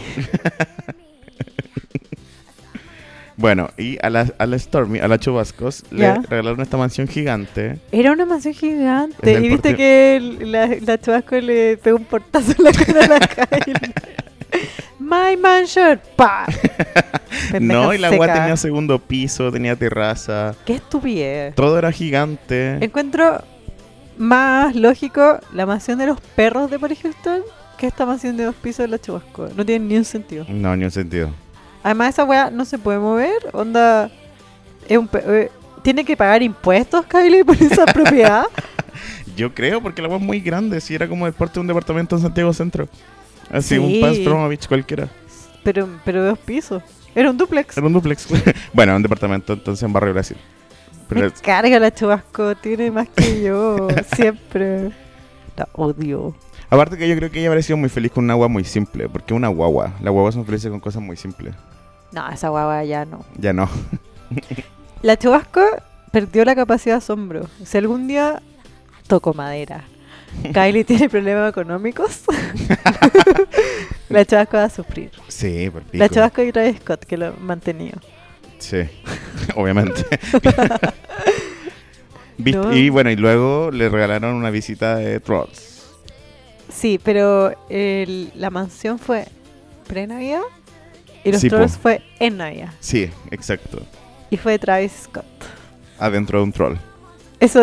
Speaker 1: Bueno, y a la, a la Stormy, a la Chubascos,
Speaker 2: Ya.
Speaker 1: le regalaron esta mansión gigante.
Speaker 2: Era una mansión gigante.
Speaker 1: Es el
Speaker 2: Y viste
Speaker 1: porte-
Speaker 2: que el- la, la chubasco le pegó un portazo en la cara a la Kylie. My mansion. Pa.
Speaker 1: no,
Speaker 2: Pendeja
Speaker 1: y la wea
Speaker 2: seca.
Speaker 1: tenía segundo piso, tenía terraza,
Speaker 2: Qué estupidez.
Speaker 1: todo era
Speaker 2: Eh.
Speaker 1: gigante.
Speaker 2: Encuentro más lógico la mansión de los perros de Paris Hilton que esta mansión de dos pisos de la Chubasco. No tiene ni un sentido.
Speaker 1: No, ni un sentido.
Speaker 2: Además, esa weá no se puede mover. Onda. Es un pe- eh, tiene que pagar impuestos, Kylie, por esa propiedad.
Speaker 1: Yo creo, porque la wea es muy grande, si era como el porte de un departamento en Santiago Centro. Así, un
Speaker 2: Sí.
Speaker 1: Paz Promovich cualquiera.
Speaker 2: Pero, pero de dos pisos. Era un duplex.
Speaker 1: Era un duplex. bueno, un departamento entonces en Barrio Brasil. Pero
Speaker 2: Me
Speaker 1: es-
Speaker 2: carga la Chubasco. Tiene más que yo. siempre. La odio.
Speaker 1: aparte que yo creo que ella habría sido muy feliz con una agua muy simple, porque una guagua, las guaguas son felices con cosas muy simples.
Speaker 2: No, esa guagua ya no.
Speaker 1: Ya no.
Speaker 2: La Chubasco perdió la capacidad de asombro. Si algún día toco madera, Kylie tiene problemas económicos, la chavasca va a sufrir.
Speaker 1: Sí, por pico.
Speaker 2: La chavasca y Travis Scott, que lo han mantenido.
Speaker 1: Sí, obviamente. Vist-
Speaker 2: No.
Speaker 1: Y bueno, y luego le regalaron una visita de Trolls.
Speaker 2: Sí, pero el- la mansión fue pre-Navidad y los
Speaker 1: Sí, po.
Speaker 2: trolls fue en Navidad.
Speaker 1: Sí, exacto.
Speaker 2: Y fue Travis Scott.
Speaker 1: Adentro de un troll.
Speaker 2: Eso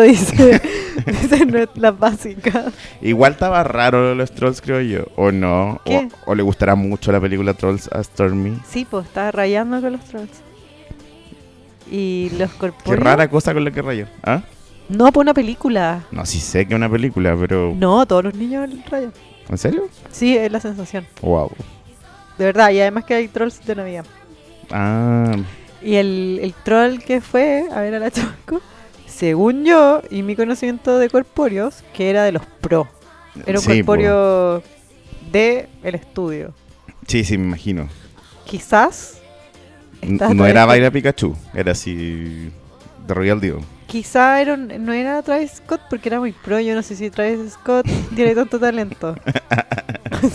Speaker 2: dice, dice no- las básicas.
Speaker 1: Igual estaba raro los trolls, creo yo. O no. O,
Speaker 2: ¿Qué?
Speaker 1: o le gustará mucho la película Trolls a Stormy.
Speaker 2: Sí, pues estaba rayando con los trolls. Y los corpóreos.
Speaker 1: Qué rara cosa con la que rayó. ¿Ah?
Speaker 2: No, por una película.
Speaker 1: No, sí sé que es una película, pero.
Speaker 2: No, todos los niños rayan.
Speaker 1: ¿En serio?
Speaker 2: Sí, es la sensación.
Speaker 1: Wow.
Speaker 2: De verdad, y además que hay trolls de Navidad.
Speaker 1: Ah,
Speaker 2: Y el, el troll que fue a ver a la Chonco, según yo y mi conocimiento de corpóreos, que era de los pro. Era un
Speaker 1: sí, po.
Speaker 2: corpóreo de el estudio.
Speaker 1: Sí, sí, me imagino.
Speaker 2: Quizás.
Speaker 1: N-
Speaker 2: está
Speaker 1: No era
Speaker 2: Travis-
Speaker 1: Baila Pikachu, era así. De Royal Dio.
Speaker 2: Quizá era un- no era Travis Scott porque era muy pro. Yo no sé si Travis Scott tiene tanto talento.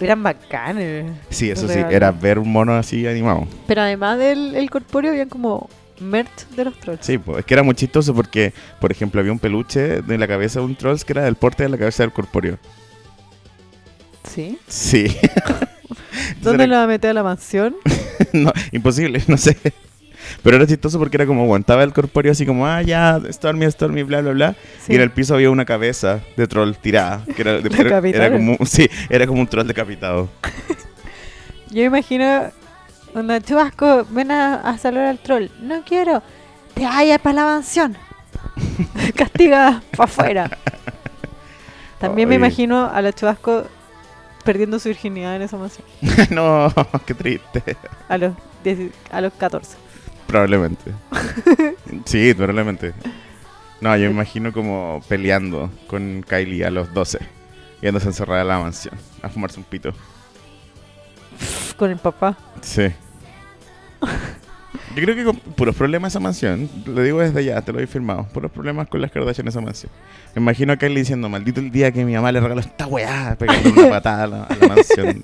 Speaker 2: Eran bacanes.
Speaker 1: Sí, eso sí,
Speaker 2: Real.
Speaker 1: era ver un mono así animado.
Speaker 2: Pero además del el corpóreo, habían como merch de los trolls.
Speaker 1: Sí, pues es que era muy chistoso porque, por ejemplo, había un peluche de la cabeza de un Trolls que era del porte de la cabeza del corpóreo.
Speaker 2: ¿Sí?
Speaker 1: Sí.
Speaker 2: ¿Dónde
Speaker 1: Entonces
Speaker 2: lo va a meter a la mansión?
Speaker 1: era- no, imposible, no sé. Pero era chistoso porque era como aguantaba el corpóreo así como, ah, ya, Stormy, Stormy, bla, bla, bla.
Speaker 2: Sí.
Speaker 1: Y en el piso había una cabeza de troll tirada. Que era, de- era- era
Speaker 2: Decapitaron.
Speaker 1: como, sí, era como un troll decapitado.
Speaker 2: Yo imagino una chubasco, ven a, a saludar al troll. No quiero. Te vayas para la mansión. Castiga para afuera. También me
Speaker 1: Oye.
Speaker 2: imagino a la chubasco perdiendo su virginidad en esa mansión.
Speaker 1: no, qué triste.
Speaker 2: A los, 10 a los 14.
Speaker 1: Probablemente. sí, probablemente. No, yo me imagino como peleando con Kylie a los 12. Yéndose encerrada a la mansión a fumarse un pito.
Speaker 2: Con el papá.
Speaker 1: Sí. Yo creo que con puros problemas esa mansión, lo digo desde ya, te lo he firmado, puros problemas con las Kardashian en esa mansión. Me imagino a Kylie diciendo, maldito el día que mi mamá le regaló esta weá, pegando una patada a la, a la mansión.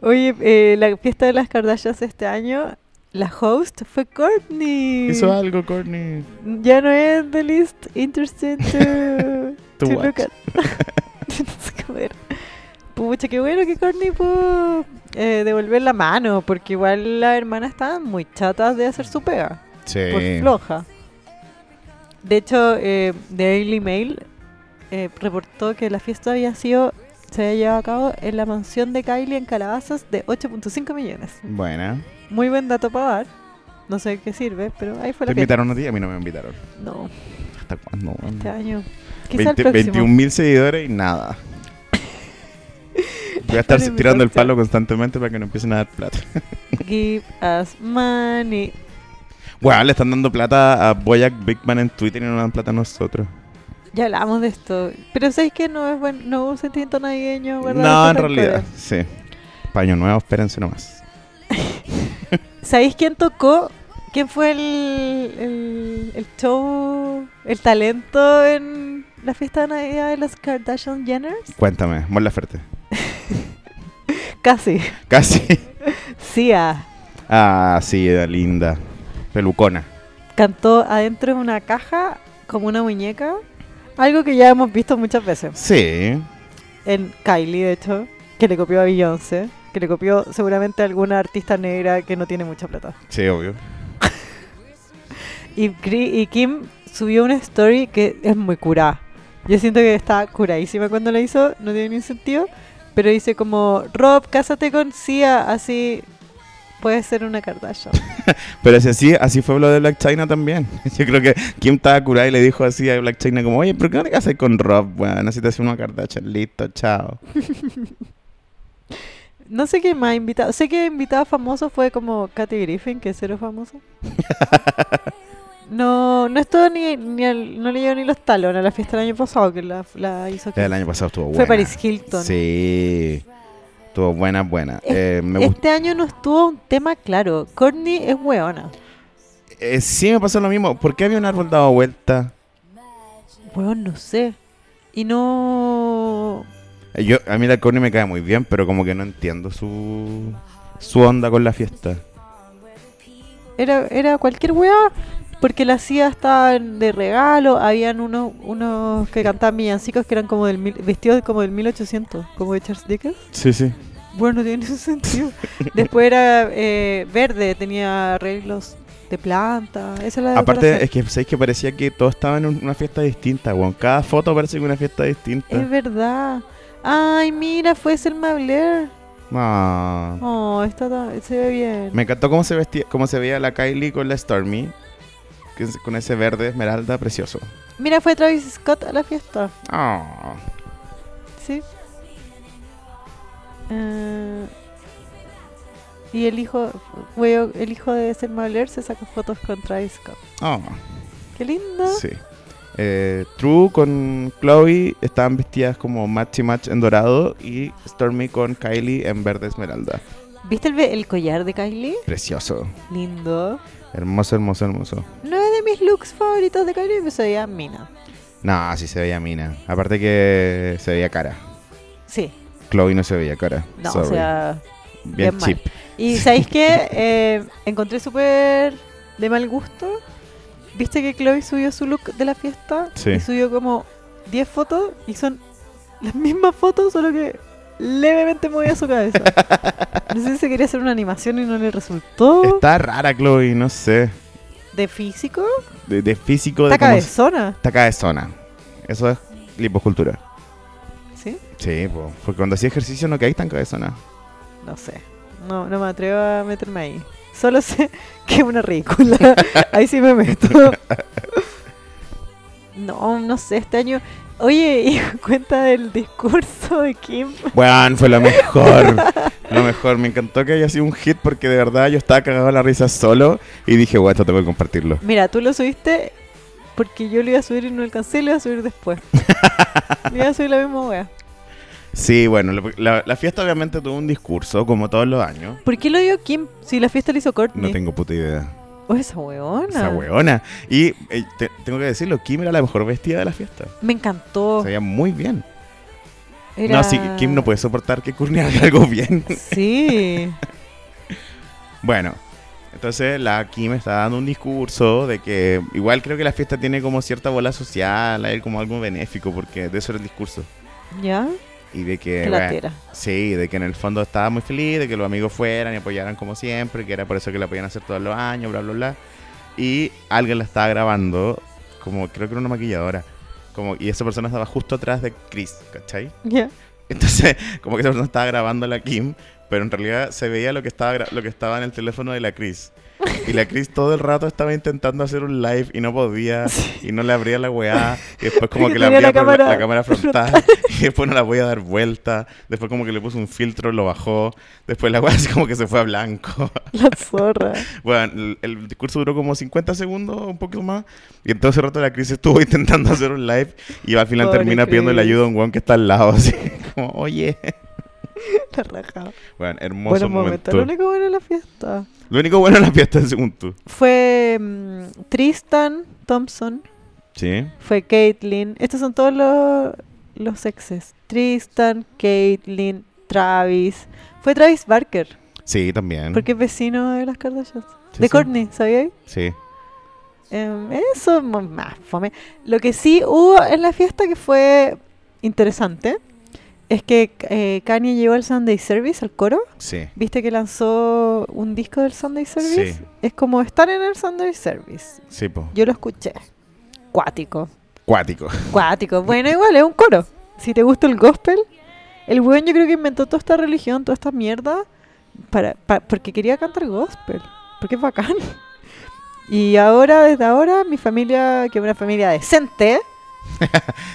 Speaker 2: Oye, eh, la fiesta de las Kardashians este año, la host fue Courtney.
Speaker 1: Hizo algo, Courtney.
Speaker 2: Ya no es The Least Interesting to,
Speaker 1: To
Speaker 2: to
Speaker 1: watch.
Speaker 2: Look at. No sé cómo era. Pucha, qué bueno que Courtney pudo eh, devolver la mano, porque igual las hermanas estaban muy chatas de hacer su pega, por
Speaker 1: Sí.
Speaker 2: floja. De hecho, eh, Daily Mail eh, reportó que la fiesta había sido se había llevado a cabo en la mansión de Kylie en Calabazas de 8.5 millones.
Speaker 1: Buena.
Speaker 2: Muy buen dato para dar. No sé qué sirve, pero ahí fue
Speaker 1: ¿Te
Speaker 2: la fiesta.
Speaker 1: invitaron a ti? A mí no me invitaron.
Speaker 2: No,
Speaker 1: ¿Hasta cuándo? weón?
Speaker 2: este año. Quizá
Speaker 1: 20
Speaker 2: el próximo.
Speaker 1: 21.000 seguidores y nada. Voy a estar
Speaker 2: Para
Speaker 1: tirando el
Speaker 2: invitar.
Speaker 1: palo constantemente para que no empiecen a dar plata.
Speaker 2: Give us money.
Speaker 1: Bueno, le están dando plata a Boyack Bigman en Twitter y no le dan plata a nosotros.
Speaker 2: Ya hablamos de esto. Pero sabéis que no es buen, no es un sentimiento navideño, ¿verdad?
Speaker 1: No, en realidad, sí. Paño nuevo, espérense nomás.
Speaker 2: ¿Sabéis quién tocó? ¿Quién fue el, el, el show, el talento en la fiesta de Navidad de los Kardashian Jenner?
Speaker 1: Cuéntame, Mon Laferte.
Speaker 2: Casi.
Speaker 1: Casi.
Speaker 2: Sia.
Speaker 1: Ah, sí, era linda. Pelucona.
Speaker 2: Cantó adentro de una caja como una muñeca. Algo que ya hemos visto muchas veces.
Speaker 1: Sí.
Speaker 2: en Kylie, de hecho, que le copió a Beyoncé, que le copió seguramente a alguna artista negra que no tiene mucha plata.
Speaker 1: Sí, obvio.
Speaker 2: Y, Gri- y Kim subió una story que es muy curada. Yo siento que está curadísima cuando la hizo, no tiene ningún sentido, pero dice como, Rob, cásate con Sia, así puedes ser una Kardashian.
Speaker 1: Pero si así, así fue lo de Black China también. Yo creo que Kim estaba curada y le dijo así a Black China como, oye, ¿por qué no te casas con Rob? Bueno, así te hace una Kardashian. Listo, chao.
Speaker 2: No sé qué más invitado, sé que invitado famoso fue como Katy Griffin, que es cero famoso. No, no estuvo ni, ni al- no le llevo ni los talones a la fiesta del año pasado que la, la hizo.
Speaker 1: El
Speaker 2: Kim.
Speaker 1: año pasado estuvo bueno.
Speaker 2: Fue Paris Hilton.
Speaker 1: Sí. Estuvo buena, buena. Eh, me gustó.
Speaker 2: Este año no estuvo un tema claro. Courtney es weona.
Speaker 1: Eh, sí me pasó lo mismo. ¿Por qué había un árbol dado vuelta?
Speaker 2: Weón, no sé. Y no.
Speaker 1: Eh, Yo, a mí la Courtney me cae muy bien, pero como que no entiendo su, su onda con la fiesta.
Speaker 2: Era, era cualquier weá. Porque las sillas estaban de regalo. Habían unos, unos que cantaban villancicos que eran como del mil- vestidos como del 1800, como de Charles Dickens.
Speaker 1: Sí, sí.
Speaker 2: Bueno, no tiene sentido. Después era eh, verde, tenía arreglos de planta. Esa es la
Speaker 1: Aparte,
Speaker 2: decoración.
Speaker 1: es que, ¿sabes que parecía que todo estaba en un- una fiesta distinta, weón? Cada foto parece que una fiesta distinta.
Speaker 2: es verdad. Ay, mira, fue Selma Blair.
Speaker 1: Ah.
Speaker 2: Oh, está tan- se ve bien.
Speaker 1: Me encantó cómo se vestía, cómo se veía la Kylie con la Stormy, que es- con ese verde esmeralda precioso.
Speaker 2: Mira, fue Travis Scott a la fiesta.
Speaker 1: Ah.
Speaker 2: Sí. Eh, y el hijo, weo- el hijo de Selma Blair se saca fotos con Travis Scott.
Speaker 1: Ah,
Speaker 2: Qué lindo.
Speaker 1: sí. Eh, True con Chloe estaban vestidas como match y match en dorado y Stormy con Kylie en verde esmeralda.
Speaker 2: ¿Viste el, ve- el collar de Kylie?
Speaker 1: Precioso.
Speaker 2: Lindo.
Speaker 1: Hermoso, hermoso, hermoso.
Speaker 2: No es de mis looks favoritos de Kylie, pero se veía mina.
Speaker 1: No, así se veía mina. Aparte que se veía cara.
Speaker 2: Sí,
Speaker 1: Chloe no se veía cara.
Speaker 2: no,
Speaker 1: Sorry.
Speaker 2: o sea,
Speaker 1: Bien,
Speaker 2: bien mal.
Speaker 1: cheap.
Speaker 2: Y ¿sabéis qué? Eh, encontré súper de mal gusto. ¿Viste que Chloe subió su look de la fiesta?
Speaker 1: Sí.
Speaker 2: Y subió como 10 fotos y son las mismas fotos, solo que levemente movía su cabeza. No sé si se quería hacer una animación y no le resultó.
Speaker 1: Está rara Chloe, no sé.
Speaker 2: ¿De físico?
Speaker 1: De, de físico, de
Speaker 2: Está
Speaker 1: cómo se-
Speaker 2: cabezona,
Speaker 1: Está cabezona. Eso es liposcultura.
Speaker 2: ¿sí?
Speaker 1: Sí, po. porque cuando hacía ejercicio no caí tan cabezona.
Speaker 2: No sé. No, no me atrevo a meterme ahí. Solo sé que es una ridícula. ahí sí me meto. No, no sé, este año. Oye, y cuenta del discurso de Kim.
Speaker 1: Bueno, fue lo mejor. lo mejor. Me encantó que haya sido un hit porque de verdad yo estaba cagado en la risa solo y dije, bueno, esto tengo que compartirlo.
Speaker 2: Mira, tú lo subiste porque yo lo iba a subir y no alcancé, lo iba a subir después. Le iba a subir la misma wea.
Speaker 1: Sí, bueno, lo- la, la fiesta obviamente tuvo un discurso, como todos los años.
Speaker 2: ¿Por qué lo dio Kim si la fiesta la hizo Courtney?
Speaker 1: No tengo puta idea.
Speaker 2: Oh, esa weona.
Speaker 1: Esa weona. Y eh, te- tengo que decirlo, Kim era la mejor vestida de la fiesta.
Speaker 2: Me encantó.
Speaker 1: Se veía muy bien.
Speaker 2: Era-
Speaker 1: No, sí, Kim no puede soportar que Courtney haga algo bien.
Speaker 2: Sí.
Speaker 1: Bueno, entonces la Kim está dando un discurso de que igual creo que la fiesta tiene como cierta bola social, hay como algo benéfico, porque de eso era el discurso.
Speaker 2: ¿Ya?
Speaker 1: Y de que,
Speaker 2: Qué
Speaker 1: bueno,
Speaker 2: latera.
Speaker 1: sí, de que en el fondo estaba muy feliz, de que los amigos fueran y apoyaran como siempre, que era por eso que la podían hacer todos los años, bla, bla, bla. Y alguien la estaba grabando, como creo que era una maquilladora. Como, y esa persona estaba justo atrás de Chris, ¿cachai?
Speaker 2: ¿Ya?
Speaker 1: Entonces, como que esa persona estaba grabando la Kim, pero en realidad se veía lo que estaba, gra- lo que estaba en el teléfono de la Chris. Y la Chris todo el rato estaba intentando hacer un live y no podía, y no le abría la weá. Y después, como
Speaker 2: Porque
Speaker 1: que le
Speaker 2: tenía
Speaker 1: abría
Speaker 2: la
Speaker 1: la cámara,
Speaker 2: cámara
Speaker 1: la, cámara frontal, y después no la podía dar vuelta. Después, como que le puso un filtro, lo bajó. Después, la weá así como que se fue a blanco.
Speaker 2: La zorra.
Speaker 1: Bueno, el, el discurso duró como 50 segundos, un poquito más. Y en todo ese rato la Chris estuvo intentando hacer un live y al final
Speaker 2: Pobre
Speaker 1: termina pidiendo la
Speaker 2: Chris.
Speaker 1: ayuda a un weón que está al lado, así como, oye.
Speaker 2: La raja.
Speaker 1: Bueno, hermoso
Speaker 2: Buenos momentos.
Speaker 1: momento.
Speaker 2: Lo único bueno de la fiesta.
Speaker 1: Lo único bueno de la fiesta es según tú.
Speaker 2: Fue mm, Tristan Thompson.
Speaker 1: Sí.
Speaker 2: Fue Caitlyn. Estos son todos los, los exes. Tristan, Caitlyn, Travis. Fue Travis Barker.
Speaker 1: Sí, también.
Speaker 2: Porque es vecino de las Kardashians.
Speaker 1: Sí,
Speaker 2: de
Speaker 1: sí.
Speaker 2: Courtney, ¿sabías?
Speaker 1: Sí.
Speaker 2: Em, eso es mo- más fome. Lo que sí hubo en la fiesta que fue interesante es que eh, Kanye llegó al Sunday Service, al coro.
Speaker 1: Sí.
Speaker 2: ¿Viste que lanzó un disco del Sunday Service?
Speaker 1: Sí.
Speaker 2: Es como estar en el Sunday Service.
Speaker 1: Sí, po.
Speaker 2: Yo lo escuché. Cuático.
Speaker 1: Cuático.
Speaker 2: Cuático. Bueno, igual, es un coro. Si te gusta el gospel, el weón yo creo que inventó toda esta religión, toda esta mierda, para, pa- porque quería cantar gospel. Porque es bacán. Y ahora, desde ahora, mi familia, que es una familia decente,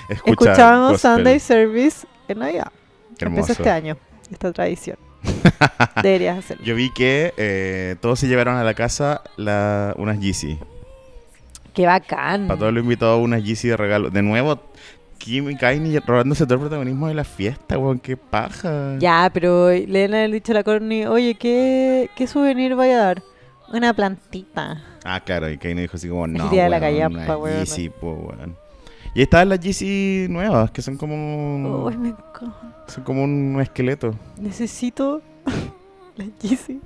Speaker 1: Escucha
Speaker 2: escuchábamos
Speaker 1: gospel.
Speaker 2: Sunday Service en Navidad.
Speaker 1: Hermoso.
Speaker 2: Empezó este año, esta tradición. Deberías hacerlo.
Speaker 1: Yo vi que eh, todos se llevaron a la casa la, unas Yeezy.
Speaker 2: Qué bacán. Mm.
Speaker 1: Para todos los invitados, unas Yeezy de regalo. De nuevo, Kim y Kanye robándose todo el protagonismo de la fiesta, weón. Qué paja.
Speaker 2: Ya, pero le han haber dicho a la Corny, oye, ¿qué, ¿qué souvenir vaya a dar? Una plantita.
Speaker 1: Ah, claro, y Kanye dijo así como, no,
Speaker 2: día de la
Speaker 1: weón,
Speaker 2: callapa,
Speaker 1: la
Speaker 2: weón.
Speaker 1: Yeezy, po, weón. Y estaban las Yeezy nuevas, que son como,
Speaker 2: Uy, Oh, me encanta.
Speaker 1: son como un esqueleto.
Speaker 2: Necesito la Yeezy.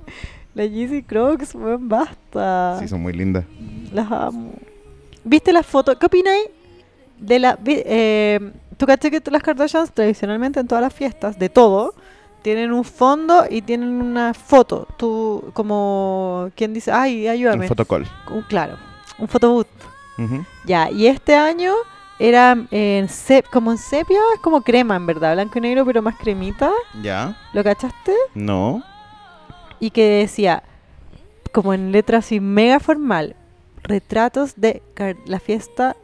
Speaker 2: La Yeezy Crocs, weón, basta.
Speaker 1: Sí, son muy lindas.
Speaker 2: Las amo. ¿Viste las fotos? ¿Qué opináis de la... vi- eh, ¿Tú caché que las Kardashians tradicionalmente en todas las fiestas, de todo, tienen un fondo y tienen una foto? Tú, como... ¿Quién dice? Ay,
Speaker 1: Un
Speaker 2: ayúdame.
Speaker 1: fotocall.
Speaker 2: Un- claro, un photobooth.
Speaker 1: Ujú.
Speaker 2: Ya, y este año era en sep- como en sepia, es como crema en verdad, blanco y negro, pero más cremita.
Speaker 1: Ya.
Speaker 2: ¿Lo cachaste?
Speaker 1: No.
Speaker 2: Y que decía, como en letra así mega formal, retratos de Kar- la fiesta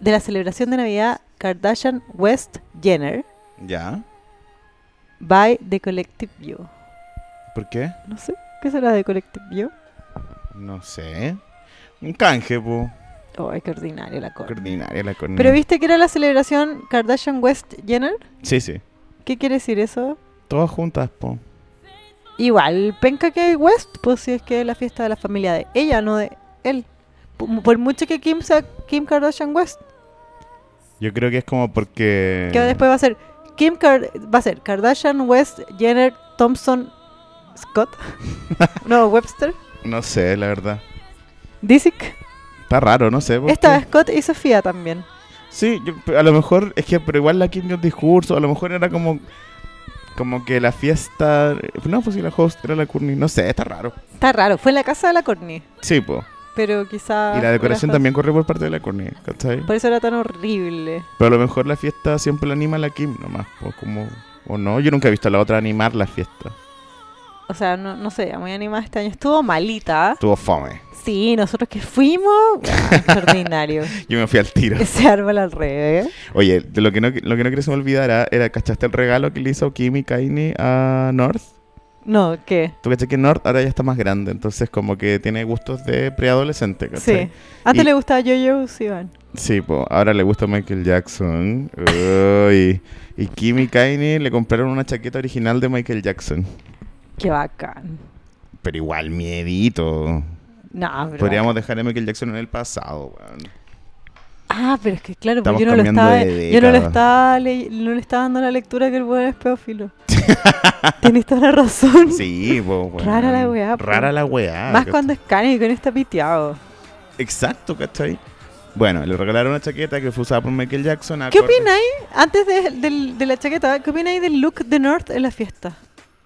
Speaker 2: de la celebración de Navidad Kardashian West Jenner
Speaker 1: Ya.
Speaker 2: by The Collective View.
Speaker 1: ¿Por qué?
Speaker 2: No sé, ¿qué será The Collective View?
Speaker 1: No sé. Un canje, po.
Speaker 2: Ay, qué Oh, ordinario la
Speaker 1: Qué
Speaker 2: cosa.
Speaker 1: ordinaria la corneta.
Speaker 2: Pero viste que era la celebración Kardashian West Jenner.
Speaker 1: Sí, sí.
Speaker 2: ¿Qué quiere decir eso?
Speaker 1: Todas juntas, po.
Speaker 2: Igual, penca que West, pues si es que es la fiesta de la familia de ella, no de él. Por, por mucho que Kim sea Kim Kardashian West,
Speaker 1: Yo creo que es como porque...
Speaker 2: que después va a ser Kim Kar- va a ser Kardashian West Jenner Thompson Scott, no Webster,
Speaker 1: No sé, la verdad.
Speaker 2: Disick,
Speaker 1: Está raro, no sé. por
Speaker 2: esta
Speaker 1: qué.
Speaker 2: vez Scott y Sofía también.
Speaker 1: Sí, yo- a lo mejor, es que, pero igual la Kim dio un discurso, a lo mejor era como, como que la fiesta, no, pues si la host era la Courtney, no sé, está raro.
Speaker 2: Está raro, fue en la casa de la Courtney,
Speaker 1: Sí, po.
Speaker 2: pero quizá
Speaker 1: Y la decoración
Speaker 2: era-
Speaker 1: también corre por parte de la Courtney, ¿cachai?
Speaker 2: Por eso era tan horrible.
Speaker 1: Pero a lo mejor la fiesta siempre la anima la Kim nomás, po, como, o no, yo nunca he visto a la otra animar la fiesta.
Speaker 2: O sea, no, no sé, muy animada este año. Estuvo malita.
Speaker 1: Tuvo fome.
Speaker 2: Sí, nosotros que fuimos, extraordinario.
Speaker 1: Yo me fui al tiro.
Speaker 2: Ese árbol al revés.
Speaker 1: Oye, de lo que no, lo que no quería se me olvidara era, ¿cachaste el regalo que le hizo Kim y Kanye a North?
Speaker 2: No, ¿qué?
Speaker 1: Tú caché que North ahora ya está más grande, entonces como que tiene gustos de preadolescente, ¿cachai?
Speaker 2: Sí. Antes
Speaker 1: Y-
Speaker 2: le gustaba Jojo Sivan.
Speaker 1: Sí, po, ahora le gusta Michael Jackson. Uy. Y Kim y Kanye le compraron una chaqueta original de Michael Jackson.
Speaker 2: Qué bacán.
Speaker 1: Pero igual, miedito.
Speaker 2: No, pero
Speaker 1: Podríamos dejar a Michael Jackson en el pasado, weón.
Speaker 2: Ah, pero es que claro,
Speaker 1: Estamos
Speaker 2: porque yo no lo
Speaker 1: cambiando
Speaker 2: estaba,
Speaker 1: de
Speaker 2: yo no lo
Speaker 1: década.
Speaker 2: estaba, le- no le estaba dando la lectura que el weón es pedófilo. Tienes toda la razón.
Speaker 1: Sí, ah, po, weón.
Speaker 2: Rara la weá, po.
Speaker 1: Rara la weá.
Speaker 2: Más
Speaker 1: ¿cachai?
Speaker 2: cuando es Kanye y con está piteado.
Speaker 1: Exacto, ¿cachai? Bueno, le regalaron una chaqueta que fue usada por Michael Jackson.
Speaker 2: ¿Qué
Speaker 1: acorde-
Speaker 2: opináis antes de, del- de la chaqueta? ¿Qué opináis del look de North en la fiesta?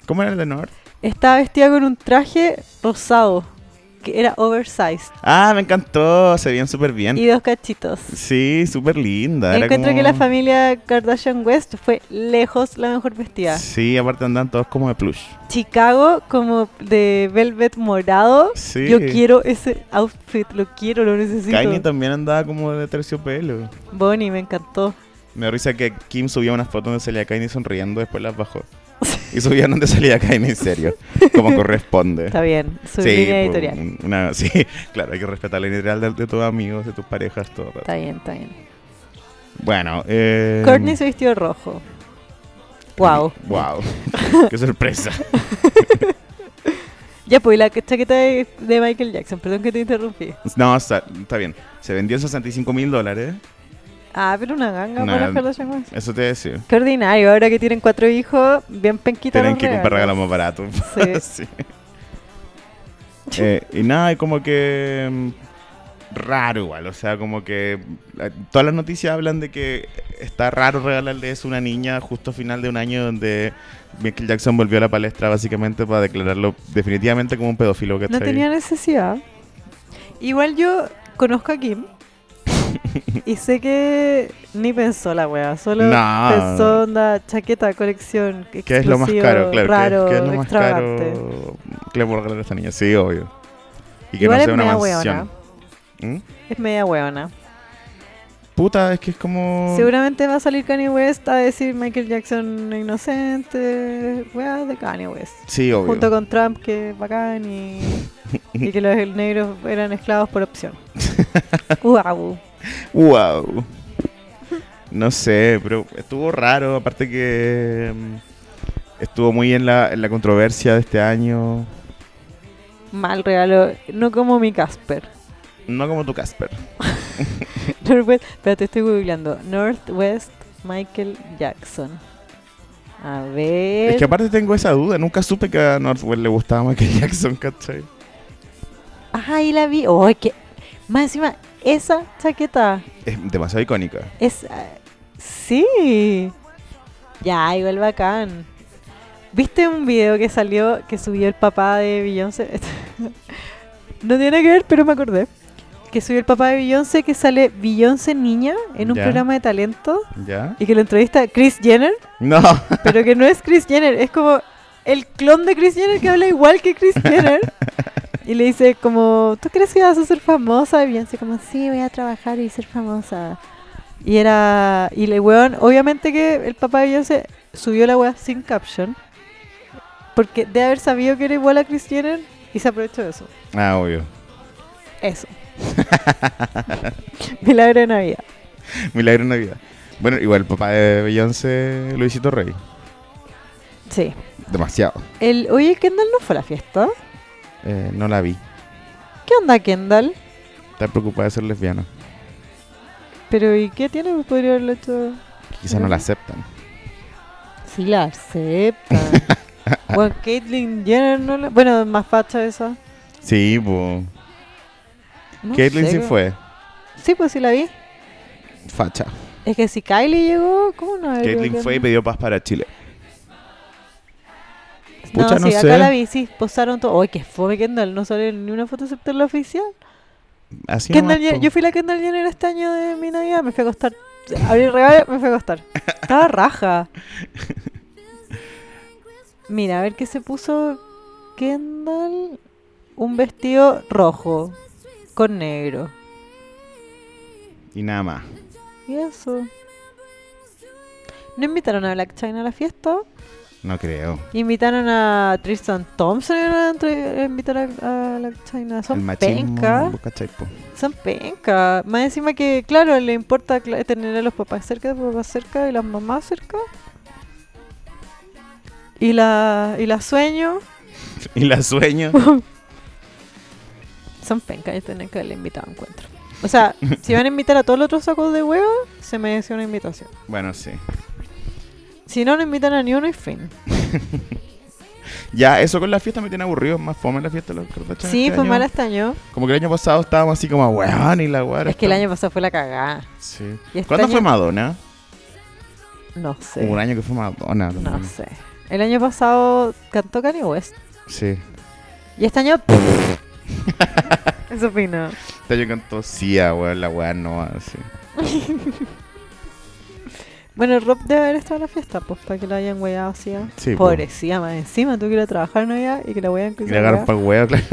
Speaker 1: ¿Cómo era el de North?
Speaker 2: Estaba vestida con un traje rosado que era oversized
Speaker 1: Ah, me encantó. Se veían súper bien.
Speaker 2: y dos cachitos.
Speaker 1: Sí, súper linda. era
Speaker 2: Encuentro
Speaker 1: como-
Speaker 2: que la familia Kardashian West fue lejos la mejor vestida.
Speaker 1: Sí, aparte andan todos como de plush.
Speaker 2: Chicago como de velvet morado.
Speaker 1: Sí.
Speaker 2: Yo quiero ese outfit, lo quiero, lo necesito.
Speaker 1: Kanye también andaba como de terciopelo.
Speaker 2: Bonnie, me encantó.
Speaker 1: Me da risa que Kim subía unas fotos donde salía Kanye sonriendo, después las bajó. Y subía donde salía Kanye en serio, como corresponde.
Speaker 2: Está bien, su
Speaker 1: Sí,
Speaker 2: línea
Speaker 1: pues,
Speaker 2: editorial.
Speaker 1: un- una- sí, claro, hay que respetar la editorial de, de tus amigos, de tus parejas, todo.
Speaker 2: Está bien, está bien.
Speaker 1: Bueno, eh...
Speaker 2: Courtney se vistió de rojo. Wow.
Speaker 1: Wow. Qué sorpresa.
Speaker 2: Ya, pues, y la chaqueta de, de Michael Jackson, perdón que te interrumpí.
Speaker 1: No, está, está bien. Se vendió en 65 mil dólares.
Speaker 2: Ah, pero una ganga
Speaker 1: Una-
Speaker 2: para las Kardashian West.
Speaker 1: Eso te decía.
Speaker 2: Qué ordinario, ahora que tienen cuatro hijos, bien penquita
Speaker 1: Tienen
Speaker 2: los
Speaker 1: que comprar regalos
Speaker 2: regalos.
Speaker 1: más baratos.
Speaker 2: Sí.
Speaker 1: Sí. Eh, y nada, y como que mm, raro igual, o sea, como que eh, todas las noticias hablan de que está raro regalarle eso a una niña justo a final de un año donde Michael Jackson volvió a la palestra básicamente para declararlo definitivamente como un pedófilo que
Speaker 2: No tenía necesidad. Igual yo conozco a Kim y sé que ni pensó la wea, solo
Speaker 1: No.
Speaker 2: pensó onda, chaqueta, colección,
Speaker 1: que es lo más caro,
Speaker 2: explosivo,
Speaker 1: claro.
Speaker 2: raro,
Speaker 1: que, es lo más
Speaker 2: extravagante.
Speaker 1: caro que le puedo regalar a esta niña, sí, obvio. Y que
Speaker 2: Igual
Speaker 1: no
Speaker 2: es
Speaker 1: sea una
Speaker 2: media
Speaker 1: mansión. ¿Mm?
Speaker 2: Es media weona.
Speaker 1: Puta, es que es como...
Speaker 2: Seguramente va a salir Kanye West a decir Michael Jackson inocente, wea de Kanye West.
Speaker 1: Sí, obvio.
Speaker 2: Junto con Trump, que es bacán, y, y que los negros eran esclavos por opción. Guau.
Speaker 1: Wow. No sé, pero estuvo raro. Aparte que mm, estuvo muy en la, en la controversia de este año.
Speaker 2: Mal regalo. No como mi Casper.
Speaker 1: No como tu Casper.
Speaker 2: Northwest, espérate, estoy googleando. Northwest Michael Jackson. A ver.
Speaker 1: Es que aparte tengo esa duda. Nunca supe que a Northwest le gustaba Michael Jackson, ¿cachai?
Speaker 2: Ah, ahí la vi. Oh, que... Más encima, esa chaqueta
Speaker 1: Es demasiado icónica.
Speaker 2: es. ah, Sí. Ya, igual bacán. ¿Viste un video que salió, que subió el papá de Beyoncé? no tiene nada que ver, pero me acordé. Que subió el papá de Beyoncé, que sale Beyoncé niña en un
Speaker 1: Ya.
Speaker 2: programa de talento
Speaker 1: ¿Ya?
Speaker 2: y que lo entrevista Chris Jenner.
Speaker 1: No.
Speaker 2: pero que no es Chris Jenner, es como el clon de Chris Jenner que habla igual que Chris Jenner. Y le dice como, ¿tú crees que vas a ser famosa? Y Beyoncé como, sí, voy a trabajar y ser famosa. Y era, y le weón, obviamente que el papá de Beyoncé subió la weá sin caption. Porque de haber sabido que era igual a Chris Jenner y se aprovechó de eso.
Speaker 1: Ah, obvio.
Speaker 2: Eso. Milagro de Navidad.
Speaker 1: Milagro en Navidad. Bueno, igual el papá de Beyoncé, Luisito Rey.
Speaker 2: Sí.
Speaker 1: Demasiado.
Speaker 2: El, oye, Kendall no fue a la fiesta.
Speaker 1: Eh, no la vi.
Speaker 2: ¿Qué onda, Kendall?
Speaker 1: Está preocupada de ser lesbiana.
Speaker 2: Pero ¿y qué tiene? Podría haberlo hecho...
Speaker 1: Quizás no la aceptan.
Speaker 2: Sí, la acepta. bueno, Caitlyn Jenner no la... Bueno, más facha esa.
Speaker 1: Sí, pues.
Speaker 2: No
Speaker 1: Caitlyn
Speaker 2: sé
Speaker 1: sí
Speaker 2: cómo-
Speaker 1: fue.
Speaker 2: Sí, pues sí la vi.
Speaker 1: Facha.
Speaker 2: Es que si Kylie llegó, ¿cómo no?
Speaker 1: Caitlyn fue y pidió paz para Chile.
Speaker 2: No,
Speaker 1: Pucha, no
Speaker 2: sí, acá
Speaker 1: sé.
Speaker 2: la vi, sí, posaron todo. ¡Ay, qué fome Kendall! No salió ni una foto excepto la oficial.
Speaker 1: Así
Speaker 2: Kendall
Speaker 1: nomás,
Speaker 2: Jenner-
Speaker 1: po.
Speaker 2: yo fui la Kendall Jenner este año de mi Navidad, me fui a acostar. Abrí el regalo, me fui a acostar. Estaba raja. Mira, a ver qué se puso Kendall. Un vestido rojo con negro.
Speaker 1: Y nada más.
Speaker 2: ¿Y eso? ¿No invitaron a Black China a la fiesta?
Speaker 1: No creo.
Speaker 2: Invitaron a Tristan Thompson a entre- a invitar a, a Black China.
Speaker 1: el
Speaker 2: Son
Speaker 1: machismo.
Speaker 2: penca.
Speaker 1: ¿cachai, po?
Speaker 2: Son penca. Más encima que, claro, le importa cla- tener a los papás cerca, los papás cerca y las mamás cerca. Y la, y la sueño.
Speaker 1: Y la sueño.
Speaker 2: Son penca y tienen que haberle invitado a encuentro. O sea, si van a invitar a todos los otros sacos de huevo, se merece una invitación.
Speaker 1: bueno, sí.
Speaker 2: Si no, no invitan a ni uno y fin.
Speaker 1: Ya, eso con la fiesta me tiene aburrido. Más fome la fiesta. de Los Kardashian
Speaker 2: Sí,
Speaker 1: este
Speaker 2: fue
Speaker 1: año.
Speaker 2: mal este año.
Speaker 1: Como que el año pasado estábamos así como, weón, y la weá.
Speaker 2: Es que el año pasado fue la cagada.
Speaker 1: Sí.
Speaker 2: Y este
Speaker 1: ¿Cuándo
Speaker 2: año-
Speaker 1: fue Madonna?
Speaker 2: No sé.
Speaker 1: Hubo Un año que fue Madonna.
Speaker 2: No sé. El año pasado cantó Kanye West.
Speaker 1: Sí.
Speaker 2: Y este año. Eso opino.
Speaker 1: Este año cantó Sia, weón, la weá no así.
Speaker 2: Bueno, Rob debe haber estado en la fiesta, pues, para que la hayan weado así. ¿ah?
Speaker 1: Sí, po.
Speaker 2: Pobrecía, más encima, tú quieres trabajar en Navidad y que la wean con
Speaker 1: Y
Speaker 2: esa
Speaker 1: le agarran
Speaker 2: weá.
Speaker 1: para weón, claro.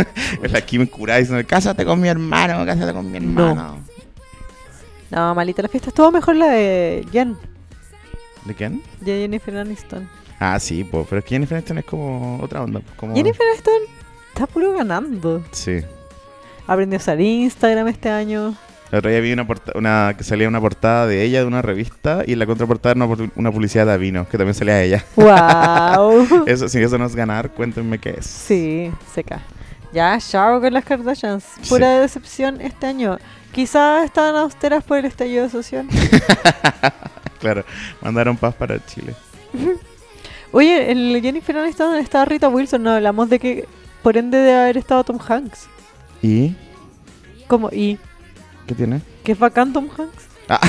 Speaker 1: La Kim curada diciendo, cásate con mi hermano, cásate con mi
Speaker 2: No.
Speaker 1: hermano.
Speaker 2: No, malita la fiesta. Estuvo mejor la de Jen,
Speaker 1: ¿De quién?
Speaker 2: de Jennifer Aniston.
Speaker 1: Ah, sí, po, pero es que Jennifer Aniston es como otra onda. po, Como...
Speaker 2: Jennifer Aniston está puro ganando.
Speaker 1: Sí.
Speaker 2: Aprendió a usar Instagram este año.
Speaker 1: La otra día vi una, porta- una que salía una portada de ella de una revista y en la contraportada era una, por- una publicidad de Avino, que también salía ella.
Speaker 2: ¡Wow!
Speaker 1: Eso, si eso no es ganar, cuéntenme qué es.
Speaker 2: Sí, seca. Ya, chao con las Kardashians. Pura decepción este año. Quizás estaban austeras por el estallido social.
Speaker 1: Claro, mandaron paz para Chile.
Speaker 2: Oye, en el Jennifer Aniston donde estaba Rita Wilson, no hablamos de que por ende de haber estado Tom Hanks.
Speaker 1: ¿Y
Speaker 2: Como, ¿y
Speaker 1: qué tiene?
Speaker 2: qué es bacán Tom Hanks?
Speaker 1: Ah.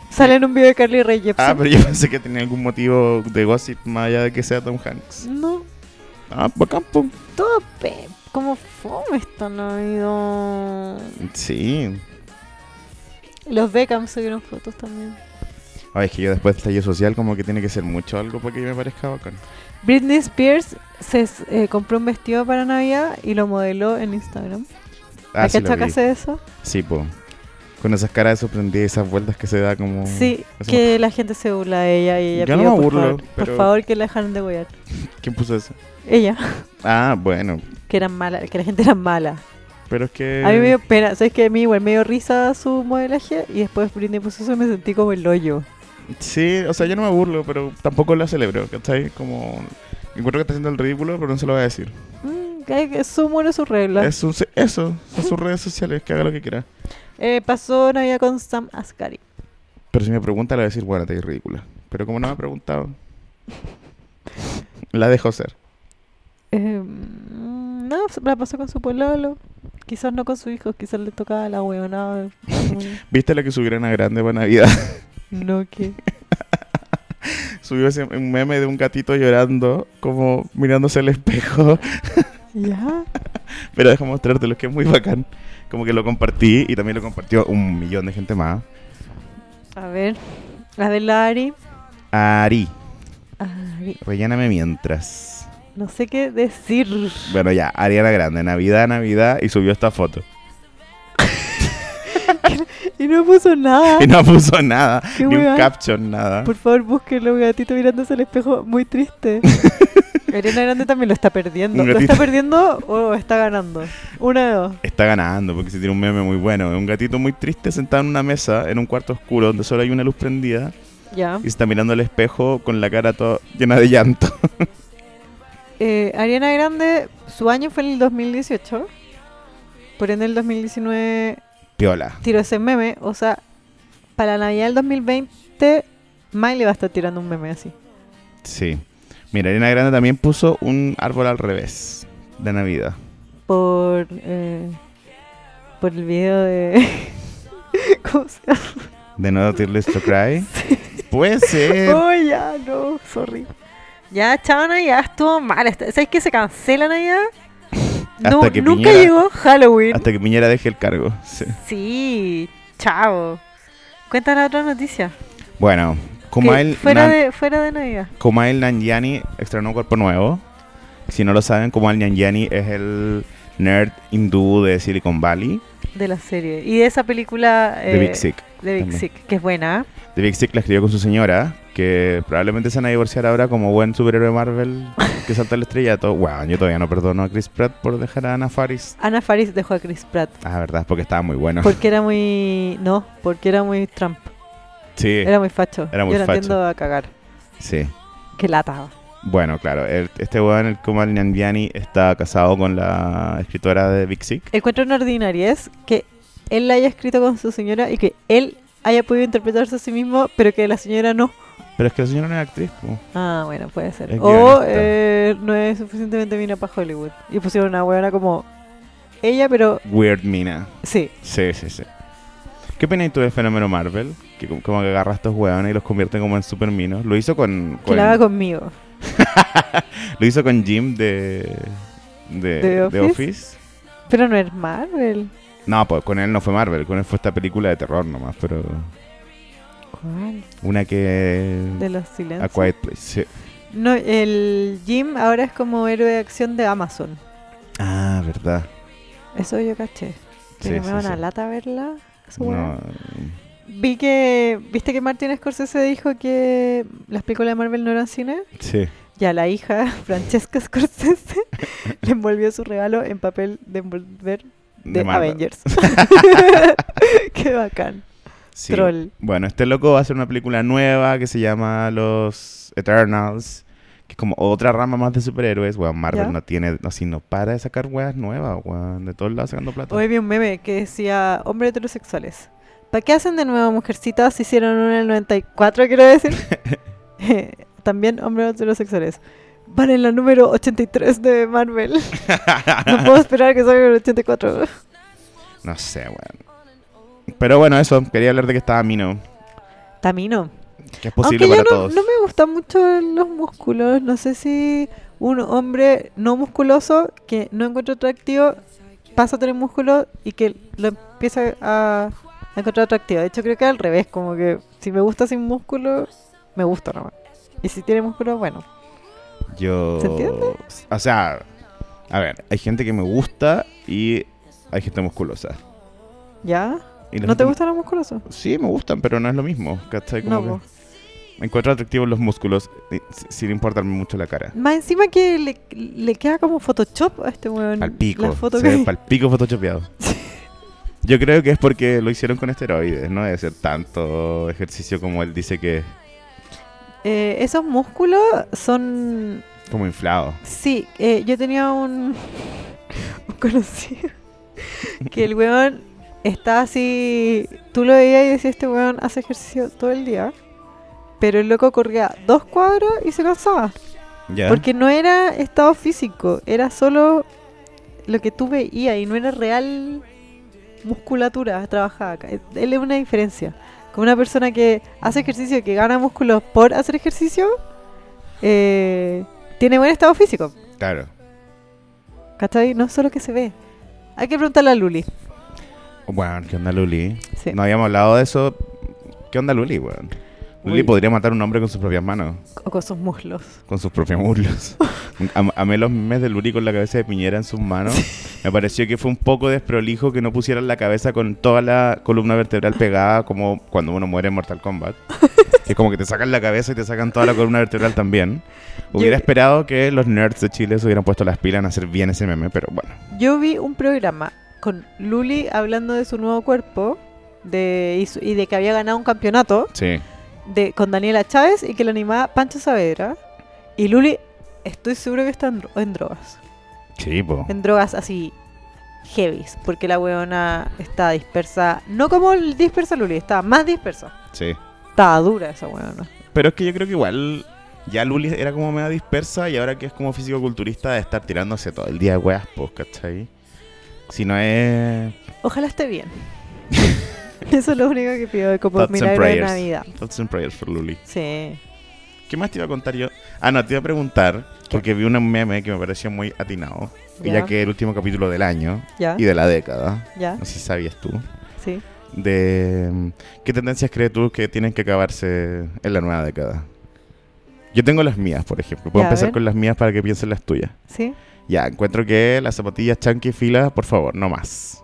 Speaker 2: Sale en un video de Carly Rae Jepsen.
Speaker 1: Ah, pero yo pensé que tenía algún motivo de gossip más allá de que sea Tom Hanks.
Speaker 2: No,
Speaker 1: Ah, bacán, po.
Speaker 2: todo pe... Como fome esta Navidad.
Speaker 1: Sí.
Speaker 2: Los Beckham subieron fotos también.
Speaker 1: Ay, es que yo después del tallo social como que tiene que ser mucho algo para que yo me parezca bacán.
Speaker 2: Britney Spears se s- eh, compró un vestido para Navidad y lo modeló en Instagram.
Speaker 1: Ah,
Speaker 2: ¿Hay
Speaker 1: sí,
Speaker 2: que
Speaker 1: lo vi.
Speaker 2: achacarse de eso?
Speaker 1: sí, po. Con esas caras de sorprendida y esas vueltas que se da como...
Speaker 2: Sí,
Speaker 1: Así
Speaker 2: que la gente se burla de ella y ella
Speaker 1: Mm, Yo no
Speaker 2: pidió,
Speaker 1: me
Speaker 2: por
Speaker 1: burlo,
Speaker 2: favor,
Speaker 1: pero-
Speaker 2: por favor que la dejaran de huear.
Speaker 1: como- ¿Quién puso eso?
Speaker 2: Ella,
Speaker 1: Ah, bueno.
Speaker 2: que era mala, que la gente era mala.
Speaker 1: Pero es que.
Speaker 2: A mí me dio pena, ¿sabes que A mí igual me dio risa su modelaje y después brindé por eso me sentí como el hoyo.
Speaker 1: Sí, o sea, yo no me burlo, pero tampoco la celebro, ¿cachai? Como. Encuentro que está haciendo el ridículo, pero no se lo voy a decir.
Speaker 2: Mm, que- que son buenas sus reglas.
Speaker 1: Es un- eso, son sus redes sociales, que haga lo que quiera.
Speaker 2: Eh, pasó Navidad con Sam Ascari.
Speaker 1: Pero si me pregunta, le voy a decir, bueno, te di ridícula. Pero como no me ha preguntado, la dejo ser.
Speaker 2: Eh, mm, no, se la pasó con su pololo. Quizás no con su hijo, quizás le tocaba la huevonada. Mm,
Speaker 1: ¿Viste la que subieron a grande para Navidad?
Speaker 2: no, que.
Speaker 1: Subió ese un meme de un gatito llorando, como mirándose al espejo.
Speaker 2: Ya.
Speaker 1: Pero deja mostrártelo, que es muy bacán. Como que lo compartí y también lo compartió un millón de gente más.
Speaker 2: A ver. Adelari.
Speaker 1: Ari,
Speaker 2: Ari.
Speaker 1: relléname mientras.
Speaker 2: No sé qué decir.
Speaker 1: Bueno, ya, Ariana Grande, Navidad, Navidad, y subió esta foto.
Speaker 2: Y no puso nada.
Speaker 1: Y no puso nada,
Speaker 2: Ah. Qué
Speaker 1: ni un
Speaker 2: weá.
Speaker 1: caption, nada.
Speaker 2: Por favor, búsquenlo, un gatito mirándose al espejo, muy triste. Ariana Grande también lo está perdiendo.
Speaker 1: Un
Speaker 2: ¿Lo
Speaker 1: gatito.
Speaker 2: está perdiendo o está ganando? Una de dos.
Speaker 1: Está ganando, porque se tiene un meme muy bueno. Es un gatito muy triste sentado en una mesa, en un cuarto oscuro, donde solo hay una luz prendida,
Speaker 2: Ya.
Speaker 1: y se está mirando al espejo con la cara toda llena de llanto.
Speaker 2: Eh, Ariana Grande, su año fue en el 2018. Por ende, el 2019
Speaker 1: Piola.
Speaker 2: tiró ese meme. O sea, para la Navidad del 2020, Miley va a estar tirando un meme así.
Speaker 1: Sí. Mira, Ariana Grande también puso un árbol al revés de Navidad.
Speaker 2: Por, eh, por el video de. ¿Cómo se llama?
Speaker 1: De No Tearless to Cry. Puede ser.
Speaker 2: Oh, ya, no, sorry. Ya, chao, Navidad, estuvo mal. Hasta- ¿Sabes qué? Se cancela Navidad. No,
Speaker 1: Hasta que
Speaker 2: nunca
Speaker 1: Piñera-
Speaker 2: llegó Halloween.
Speaker 1: Hasta que Piñera deje el cargo. Sí.
Speaker 2: Sí, chao. Cuéntanos otra noticia.
Speaker 1: Bueno,
Speaker 2: Que
Speaker 1: Kumail,
Speaker 2: fuera,
Speaker 1: Nan-
Speaker 2: de, fuera de Navidad.
Speaker 1: Kumail Nanjiani estrenó un cuerpo nuevo. Si no lo saben, Kumail Nanjiani es el nerd hindú de Silicon Valley,
Speaker 2: De la serie. Y de esa película.
Speaker 1: de
Speaker 2: eh,
Speaker 1: Big Sick.
Speaker 2: de Big
Speaker 1: también.
Speaker 2: Sick, que es buena. ¿eh?
Speaker 1: The Big Sick la escribió con su señora, que probablemente se van a divorciar ahora como buen superhéroe Marvel que salta el estrellato. Bueno, yo todavía no perdono a Chris Pratt por dejar a Ana Faris.
Speaker 2: Ana Faris dejó a Chris Pratt.
Speaker 1: Ah, verdad, porque estaba muy bueno.
Speaker 2: Porque era muy. No, porque era muy Trump.
Speaker 1: Sí,
Speaker 2: Era muy facho.
Speaker 1: Eh, Era muy
Speaker 2: Yo lo
Speaker 1: facho.
Speaker 2: entiendo a cagar.
Speaker 1: sí.
Speaker 2: Que lata.
Speaker 1: Bueno, claro, el- este weón, el Kumail Nanjiani, está casado con la escritora de Big Sick.
Speaker 2: Encuentro una ordinariez que él la haya escrito con su señora y que él haya podido interpretarse a sí mismo, pero que la señora no.
Speaker 1: Pero es que la señora no es actriz, po.
Speaker 2: Ah, bueno, puede ser.
Speaker 1: Es
Speaker 2: o
Speaker 1: guionista.
Speaker 2: eh, no es suficientemente mina para Hollywood. Y pusieron una huevona como ella, pero
Speaker 1: Weird Mina.
Speaker 2: sí.
Speaker 1: Sí, sí, sí. ¿Qué opinas tú del fenómeno Marvel? Que com- como que agarra a estos weones y los convierte como en superminos. Lo hizo con...
Speaker 2: Que
Speaker 1: con-
Speaker 2: la haga conmigo.
Speaker 1: Lo hizo con Jim de. de,
Speaker 2: ¿De
Speaker 1: de
Speaker 2: Office?
Speaker 1: Office?
Speaker 2: Pero no es Marvel.
Speaker 1: No, pues con él no fue Marvel, con él fue esta película de terror nomás, pero.
Speaker 2: ¿Cuál?
Speaker 1: Una que.
Speaker 2: De los
Speaker 1: A
Speaker 2: silencios.
Speaker 1: Quiet Place. sí.
Speaker 2: No, el Jim ahora es como héroe de acción de Amazon.
Speaker 1: Ah, verdad.
Speaker 2: Eso yo caché.
Speaker 1: Sí,
Speaker 2: Pero me
Speaker 1: sí,
Speaker 2: da una
Speaker 1: sí.
Speaker 2: lata verla. esa
Speaker 1: No,
Speaker 2: weá. Vi que. ¿Viste que Martin Scorsese dijo que las películas de Marvel no eran cine?
Speaker 1: sí.
Speaker 2: Ya la hija, Francesca Scorsese, le envolvió su regalo en papel de envolver de,
Speaker 1: Marvel.
Speaker 2: Avengers. Qué bacán.
Speaker 1: Sí.
Speaker 2: Troll.
Speaker 1: Bueno, este loco va a hacer una película nueva que se llama Los Eternals, que es como otra rama más de superhéroes. Weón, Marvel
Speaker 2: ¿Ya?
Speaker 1: no tiene. Así no para de sacar weas nuevas, weón. De todos lados sacando plata.
Speaker 2: Hoy vi un meme que decía hombres heterosexuales. ¿Para qué hacen de nuevo mujercitas si hicieron una en el 94, quiero decir? Eh, También hombres heterosexuales. Van en la número 83 de Marvel. No puedo esperar que salga el 84.
Speaker 1: No sé, weón. Pero bueno, eso. Quería hablar de que estaba Mino.
Speaker 2: Tamino.
Speaker 1: Que es posible
Speaker 2: Aunque
Speaker 1: para
Speaker 2: yo no,
Speaker 1: todos.
Speaker 2: no me gustan mucho los músculos. No sé si un hombre no musculoso que no encuentra atractivo pasa a tener músculo y que lo empieza a, a encontrar atractivo. De hecho, creo que al revés. Como que si me gusta sin músculo, me gusta nomás. Y si tiene músculo, bueno.
Speaker 1: Yo.
Speaker 2: ¿Se entiende?
Speaker 1: O sea, a ver, hay gente que me gusta y hay gente musculosa.
Speaker 2: ¿Ya?
Speaker 1: Y la
Speaker 2: ¿No te
Speaker 1: gente-
Speaker 2: gustan los musculosos?
Speaker 1: Sí, me gustan, pero no es lo mismo. ¿Cachai? Como
Speaker 2: No,
Speaker 1: que-
Speaker 2: po.
Speaker 1: Encuentro atractivos los músculos, eh, si- sin importarme mucho la cara.
Speaker 2: Más encima que le, le queda como Photoshop a este weón.
Speaker 1: Al pico.
Speaker 2: La foto
Speaker 1: se ve
Speaker 2: que-
Speaker 1: pal pico photoshopeado. Yo creo que es porque lo hicieron con esteroides, no debe ser tanto ejercicio como él dice que es
Speaker 2: Eh, esos músculos son.
Speaker 1: como inflado.
Speaker 2: Sí, eh, yo tenía un, un conocido que el weón está así. Tú lo veías y decías: Este weón hace ejercicio todo el día. Pero el loco corría dos cuadros y se cansaba.
Speaker 1: ¿Ya?
Speaker 2: Porque no era estado físico, era solo lo que tú veías y no era real musculatura trabajada acá. Eh, Él es una diferencia. Con una persona que hace ejercicio, que gana músculos por hacer ejercicio, eh, tiene buen estado físico.
Speaker 1: Claro.
Speaker 2: ¿Cachai? No es solo que se ve. Hay que preguntarle a Luli.
Speaker 1: Bueno, ¿qué onda Luli?
Speaker 2: Sí.
Speaker 1: No habíamos hablado de eso. ¿Qué onda Luli, weón? Luli
Speaker 2: Uy.
Speaker 1: podría matar a un hombre con sus propias manos,
Speaker 2: O con sus muslos.
Speaker 1: con sus propios muslos. Am- amé los memes de Luli con la cabeza de Piñera en sus manos. Me pareció que fue un poco desprolijo que no pusieran la cabeza con toda la columna vertebral pegada, como cuando uno muere en Mortal Kombat. Que es como que te sacan la cabeza y te sacan toda la columna vertebral también. Hubiera
Speaker 2: Yo-
Speaker 1: esperado que los nerds de Chile se hubieran puesto las pilas en hacer bien ese meme, pero bueno.
Speaker 2: Yo vi un programa con Luli hablando de su nuevo cuerpo de, y su- y de que había ganado un campeonato.
Speaker 1: Sí.
Speaker 2: de, con Daniela Chávez y que la animaba Pancho Saavedra. Y Luli, estoy seguro que está en, dro- en drogas.
Speaker 1: Sí, po.
Speaker 2: En drogas así heavies, porque la weona está dispersa. No como el dispersa Luli, está más dispersa.
Speaker 1: Sí.
Speaker 2: Está dura esa weona.
Speaker 1: Pero es que yo creo que igual ya Luli era como media dispersa y ahora que es como físico-culturista de estar tirándose todo el día de weas, pues, ¿cachai? Si no es.
Speaker 2: Ojalá esté bien. Eso es lo único que pido como
Speaker 1: Thoughts and
Speaker 2: milagro de
Speaker 1: prayers.
Speaker 2: Navidad.
Speaker 1: Thoughts and prayers for Luli.
Speaker 2: Sí.
Speaker 1: ¿Qué más te iba a contar yo? Ah, no, te iba a preguntar, porque vi un meme que me pareció muy atinado. que
Speaker 2: Ya.
Speaker 1: Ya que el último capítulo del año
Speaker 2: Ya,
Speaker 1: y de la década,
Speaker 2: ya,
Speaker 1: no sé si sabías tú,
Speaker 2: sí.
Speaker 1: de mm, qué tendencias crees tú que tienen que acabarse en la nueva década. Yo tengo las mías, por ejemplo. Puedo
Speaker 2: Ya, a
Speaker 1: empezar
Speaker 2: ver.
Speaker 1: con las mías para que piensen las tuyas.
Speaker 2: Sí.
Speaker 1: Ya, encuentro que las zapatillas chunky filas, por favor, no más.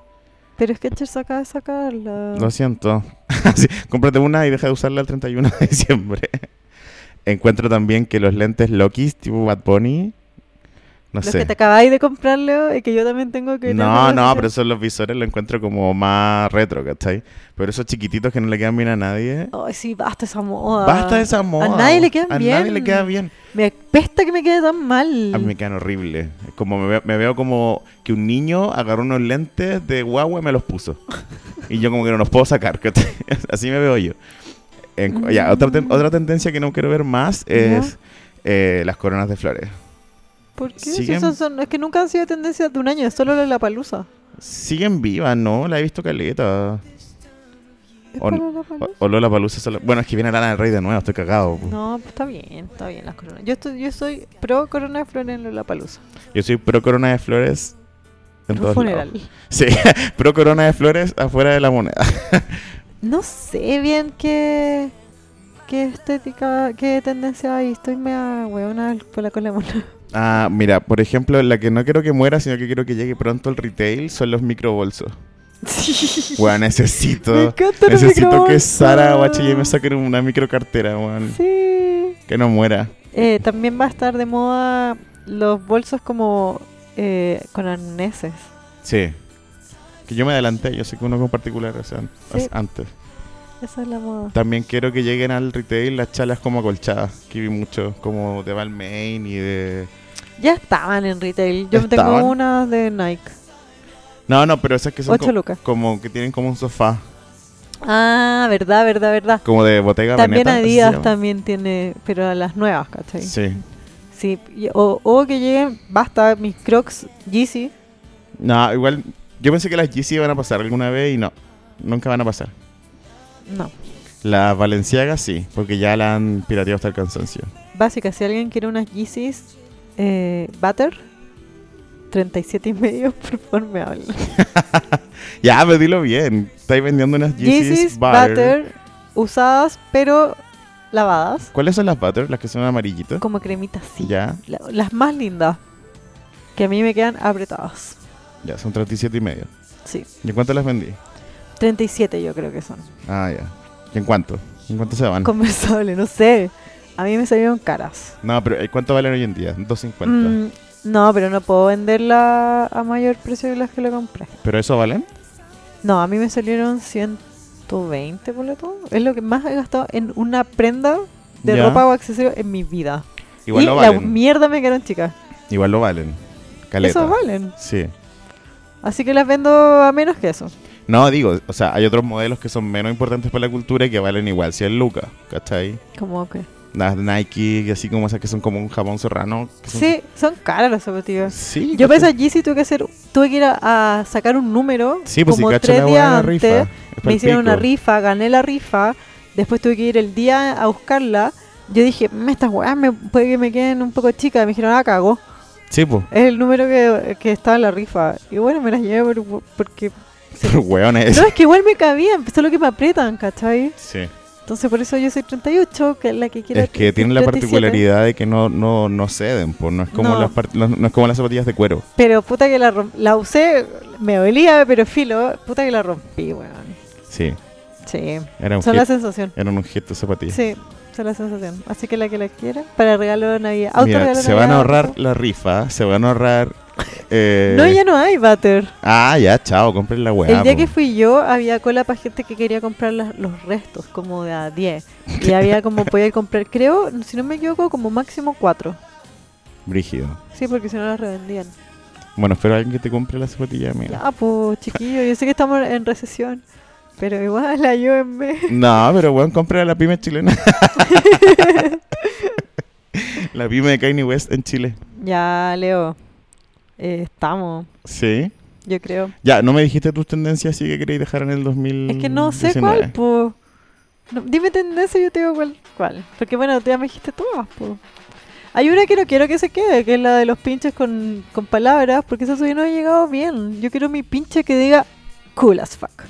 Speaker 2: Pero Skechers acaba de sacarla.
Speaker 1: Lo siento. Sí, cómprate una y deja de usarla el 31 de diciembre. Encuentro también que los lentes Lokis, tipo Bad Bunny, no
Speaker 2: Los
Speaker 1: sé.
Speaker 2: que te acabáis de comprar, Leo, y que yo también tengo que...
Speaker 1: No, no, pero esos los visores lo encuentro como más retro, ¿cachai? Pero esos chiquititos que no le quedan bien a nadie.
Speaker 2: Ay, sí, basta esa moda.
Speaker 1: Basta de esa moda.
Speaker 2: Ah, nadie le quedan
Speaker 1: A nadie le
Speaker 2: bien.
Speaker 1: queda bien.
Speaker 2: Me pesta que me quede tan mal.
Speaker 1: A mí me quedan horrible. Es Como me veo, me veo como que un niño agarró unos lentes de guagua y me los puso. y yo como que no los puedo sacar. ¿cachai? Así me veo yo. En cu- ya, otra, ten- otra tendencia que no quiero ver más es eh, las coronas de flores.
Speaker 2: ¿Por qué? Si
Speaker 1: siguen-
Speaker 2: esos son- es que nunca han sido tendencias de un año, es solo la palusa.
Speaker 1: Siguen vivas, ¿no? La he visto caleta.
Speaker 2: ¿Es
Speaker 1: O-
Speaker 2: para Lollapalooza?
Speaker 1: O, la palusa. Bueno, es que viene Lana del Rey de nuevo, estoy cagado. po.
Speaker 2: No, pues está bien, está bien las coronas. Yo, estoy, yo soy pro corona de flores en la palusa.
Speaker 1: Yo soy pro corona de flores. En
Speaker 2: Un
Speaker 1: todos
Speaker 2: funeral.
Speaker 1: lados. Sí, pro corona de flores afuera de la moneda.
Speaker 2: No sé bien qué, qué estética, qué tendencia hay. Estoy mea hueona por la cola mona.
Speaker 1: Ah, mira, por ejemplo, la que no quiero que muera, sino que quiero que llegue pronto al retail son los microbolsos.
Speaker 2: Sí.
Speaker 1: Weón,
Speaker 2: me
Speaker 1: necesito.
Speaker 2: encanta
Speaker 1: Necesito que Sara o H&M saquen una microcartera, weón.
Speaker 2: Sí.
Speaker 1: Que no muera.
Speaker 2: Eh, también va a estar de moda los bolsos como eh, con arneses.
Speaker 1: Sí. Que yo me adelanté, yo sé que uno con particular, o sea,
Speaker 2: Sí.
Speaker 1: antes.
Speaker 2: Esa es la moda.
Speaker 1: También quiero que lleguen al retail las chalas como acolchadas, que vi mucho, como de Balmain y de...
Speaker 2: Ya estaban en retail. Yo
Speaker 1: ¿Estaban?
Speaker 2: tengo una de Nike.
Speaker 1: No, no, pero esas que son
Speaker 2: Ocho
Speaker 1: co-
Speaker 2: lucas.
Speaker 1: como que tienen como un sofá,
Speaker 2: Ah, verdad, verdad, verdad.
Speaker 1: como de botega
Speaker 2: También
Speaker 1: Veneta, ¿así se
Speaker 2: Adidas
Speaker 1: llama?
Speaker 2: también tiene, pero a las nuevas, ¿cachai? Sí.
Speaker 1: Sí.
Speaker 2: y- o, o que lleguen, basta, mis Crocs Yeezy.
Speaker 1: No, igual. Yo pensé que las Yeezy iban a pasar alguna vez y no. Nunca van a pasar.
Speaker 2: No.
Speaker 1: Las Valenciagas sí, porque ya la han pirateado hasta el cansancio.
Speaker 2: Básica, si alguien quiere unas Yeezys eh, Butter, 37 y medio, por favor me habla.
Speaker 1: Ya, pero dilo bien. Estáis vendiendo unas Yeezys,
Speaker 2: Yeezys
Speaker 1: Butter.
Speaker 2: Butter, usadas pero lavadas,
Speaker 1: ¿Cuáles son las Butter? Las que son amarillitas.
Speaker 2: como cremitas, sí.
Speaker 1: Ya,
Speaker 2: La- las más lindas, que a mí me quedan apretadas.
Speaker 1: ya, son 37 y medio.
Speaker 2: Sí,
Speaker 1: ¿Y en cuánto las vendí?
Speaker 2: 37 yo creo que son.
Speaker 1: Ah, ya. ¿Y en cuánto? ¿En cuánto se van?
Speaker 2: Conversable, no sé. A mí me salieron caras.
Speaker 1: No, pero eh, ¿cuánto valen hoy en día? 2.50.
Speaker 2: Mm, no, pero no puedo venderla a mayor precio que las que la compré.
Speaker 1: ¿Pero eso valen?
Speaker 2: No, a mí me salieron 120, por lo tanto. Es lo que más he gastado en una prenda de
Speaker 1: Ya.
Speaker 2: ropa o accesorio en mi vida.
Speaker 1: Igual
Speaker 2: y
Speaker 1: lo
Speaker 2: la
Speaker 1: valen.
Speaker 2: mierda me quedaron chicas.
Speaker 1: Igual lo valen. Caleta.
Speaker 2: Eso valen.
Speaker 1: Sí.
Speaker 2: Así que las vendo a menos que eso.
Speaker 1: No, digo, o sea, hay otros modelos que son menos importantes para la cultura y que valen igual, si es Lucas, ¿cachai?
Speaker 2: Como que.
Speaker 1: Las Nike, así como esas que son como un jabón serrano. que son-
Speaker 2: Sí, son caras las zapatillas.
Speaker 1: Sí.
Speaker 2: Yo pensé
Speaker 1: ¿cachai?
Speaker 2: allí si tuve que hacer, tuve que ir a, a sacar un número.
Speaker 1: Sí, pues si
Speaker 2: como
Speaker 1: cacho
Speaker 2: tres
Speaker 1: la
Speaker 2: días
Speaker 1: hueá de la rifa.
Speaker 2: antes.
Speaker 1: es pa'l
Speaker 2: Me hicieron una
Speaker 1: pico.
Speaker 2: rifa, gané la rifa. Después tuve que ir el día a buscarla. Yo dije, "Mm, estas weas me, puede que me queden un poco chicas. Me dijeron, ah, cago.
Speaker 1: Sí, pues.
Speaker 2: Es el número que, que estaba en la rifa. Y bueno, me las llevé por- por- porque.
Speaker 1: Pero hueones.
Speaker 2: No, es que igual me cabían, solo que me aprietan, ¿cachai?
Speaker 1: Sí.
Speaker 2: Entonces por eso yo soy 38, que es la que quiero.
Speaker 1: Es que tienen la
Speaker 2: 37.
Speaker 1: particularidad de que no, no, no ceden, pues no es como
Speaker 2: No.
Speaker 1: las part- las- no es como las zapatillas de cuero.
Speaker 2: Pero puta que la, rom- la usé, me dolía, pero filo, puta que la rompí, weón.
Speaker 1: Sí.
Speaker 2: Sí,
Speaker 1: Era un
Speaker 2: son la
Speaker 1: hit,
Speaker 2: sensación.
Speaker 1: eran un hit de zapatillas.
Speaker 2: Sí, son la sensación. Así que la que la quiera, para regalo de Navidad. Auto
Speaker 1: Mira,
Speaker 2: regalo de
Speaker 1: se van a
Speaker 2: Navidad,
Speaker 1: ahorrar
Speaker 2: auto.
Speaker 1: la rifa, se van a ahorrar. eh,
Speaker 2: No, ya no hay butter.
Speaker 1: Ah, ya, chao, compren la weá.
Speaker 2: El día
Speaker 1: po.
Speaker 2: que fui yo había cola para gente que quería comprar las- los restos, como de a 10. Y había como podía comprar, creo, si no me equivoco, como máximo 4.
Speaker 1: Brígido.
Speaker 2: Sí, porque si no las revendían.
Speaker 1: Bueno, espero alguien que te compre la zapatilla mía.
Speaker 2: Ya, pues chiquillo, yo sé que estamos en recesión, pero igual ayúdenme.
Speaker 1: No, pero weón, compre a la pyme chilena. la pyme de Kanye West en Chile.
Speaker 2: Ya, Leo. Eh, estamos,
Speaker 1: Sí.
Speaker 2: yo creo.
Speaker 1: Ya, no me dijiste tus tendencias así que queréis dejar en el 2000.
Speaker 2: Es que no sé cuál, po. No, dime tendencia y yo te digo cuál, cuál. Porque bueno, tú ya me dijiste todas, po. Hay una que no quiero que se quede, que es la de los pinches con, con palabras, porque esa todavía no ha llegado bien. Yo quiero mi pinche que diga cool as fuck.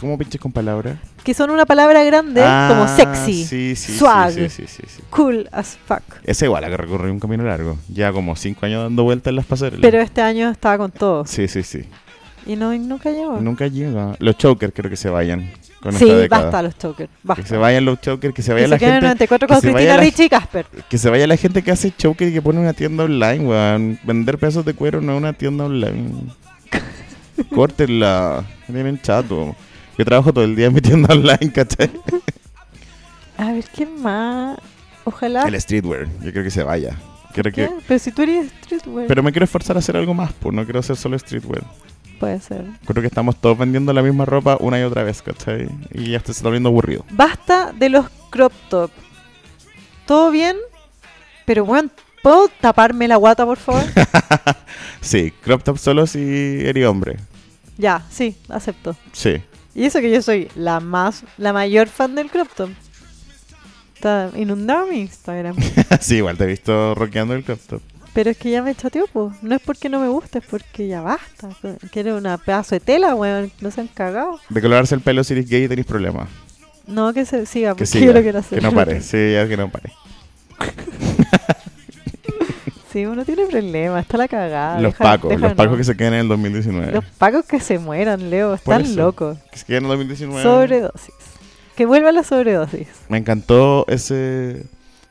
Speaker 1: ¿Cómo pinches con palabras?
Speaker 2: Que son una palabra grande, como
Speaker 1: Ah,
Speaker 2: sexy,
Speaker 1: sí, sí, sí,
Speaker 2: swag.
Speaker 1: Sí, sí, sí, sí.
Speaker 2: cool as fuck.
Speaker 1: Es igual a que recorrí un camino largo. Ya como cinco años dando vueltas en las pasarelas.
Speaker 2: Pero este año estaba con todos.
Speaker 1: Sí, sí, sí.
Speaker 2: Y no y nunca llegó.
Speaker 1: Nunca llega. Los chokers creo que se vayan con
Speaker 2: Oh. sí,
Speaker 1: esta década.
Speaker 2: basta los chokers, basta.
Speaker 1: Que se vayan los chokers, que se
Speaker 2: Que
Speaker 1: vaya
Speaker 2: se
Speaker 1: la
Speaker 2: queden en
Speaker 1: gente.
Speaker 2: 94
Speaker 1: que
Speaker 2: con
Speaker 1: se vaya
Speaker 2: Cristina
Speaker 1: la-
Speaker 2: Ricci y Casper.
Speaker 1: Que se vaya la gente que hace choker y que pone una tienda online, weón. Vender pesos de cuero no es una tienda online. Córtenla. Me Tienen chato. Yo trabajo todo el día en mi tienda online, ¿cachai?
Speaker 2: A ver, ¿qué más? Ojalá.
Speaker 1: El streetwear. Yo creo que se vaya. Creo que...
Speaker 2: ¿Qué? Pero si tú eres streetwear,
Speaker 1: Pero me quiero esforzar a hacer algo más, pues. No quiero hacer solo streetwear.
Speaker 2: puede ser.
Speaker 1: Creo que estamos todos vendiendo la misma ropa una y otra vez, ¿cachai? Y ya esto se está volviendo aburrido.
Speaker 2: Basta de los crop top. Todo bien, pero bueno, ¿puedo taparme la guata, por favor?
Speaker 1: Sí, crop top solo si eres hombre.
Speaker 2: ya, sí, acepto.
Speaker 1: Sí.
Speaker 2: Y eso que yo soy la más, la mayor fan del crop top. Está inundado mi Instagram.
Speaker 1: sí, igual te he visto rockeando el crop top.
Speaker 2: Pero es que ya me chateó, pues. No es porque no me guste, es porque ya basta. Quiero una pedazo de tela, weón. No se han cagado.
Speaker 1: De colorarse el pelo si eres gay tenés problemas.
Speaker 2: No, que se siga,
Speaker 1: Que
Speaker 2: porque
Speaker 1: sí,
Speaker 2: yo lo quiero hacer.
Speaker 1: que no pare. Sí, ya que no pare.
Speaker 2: Sí, uno tiene problemas, está la cagada.
Speaker 1: los
Speaker 2: deja-
Speaker 1: pacos,
Speaker 2: deja
Speaker 1: los pacos
Speaker 2: no.
Speaker 1: que se queden en el 2019.
Speaker 2: Ah, Los pacos que se mueran, Leo,
Speaker 1: Eh. Por
Speaker 2: están
Speaker 1: eso.
Speaker 2: locos.
Speaker 1: Que se queden en el 2019.
Speaker 2: Sobredosis. Que vuelva la sobredosis.
Speaker 1: Me encantó ese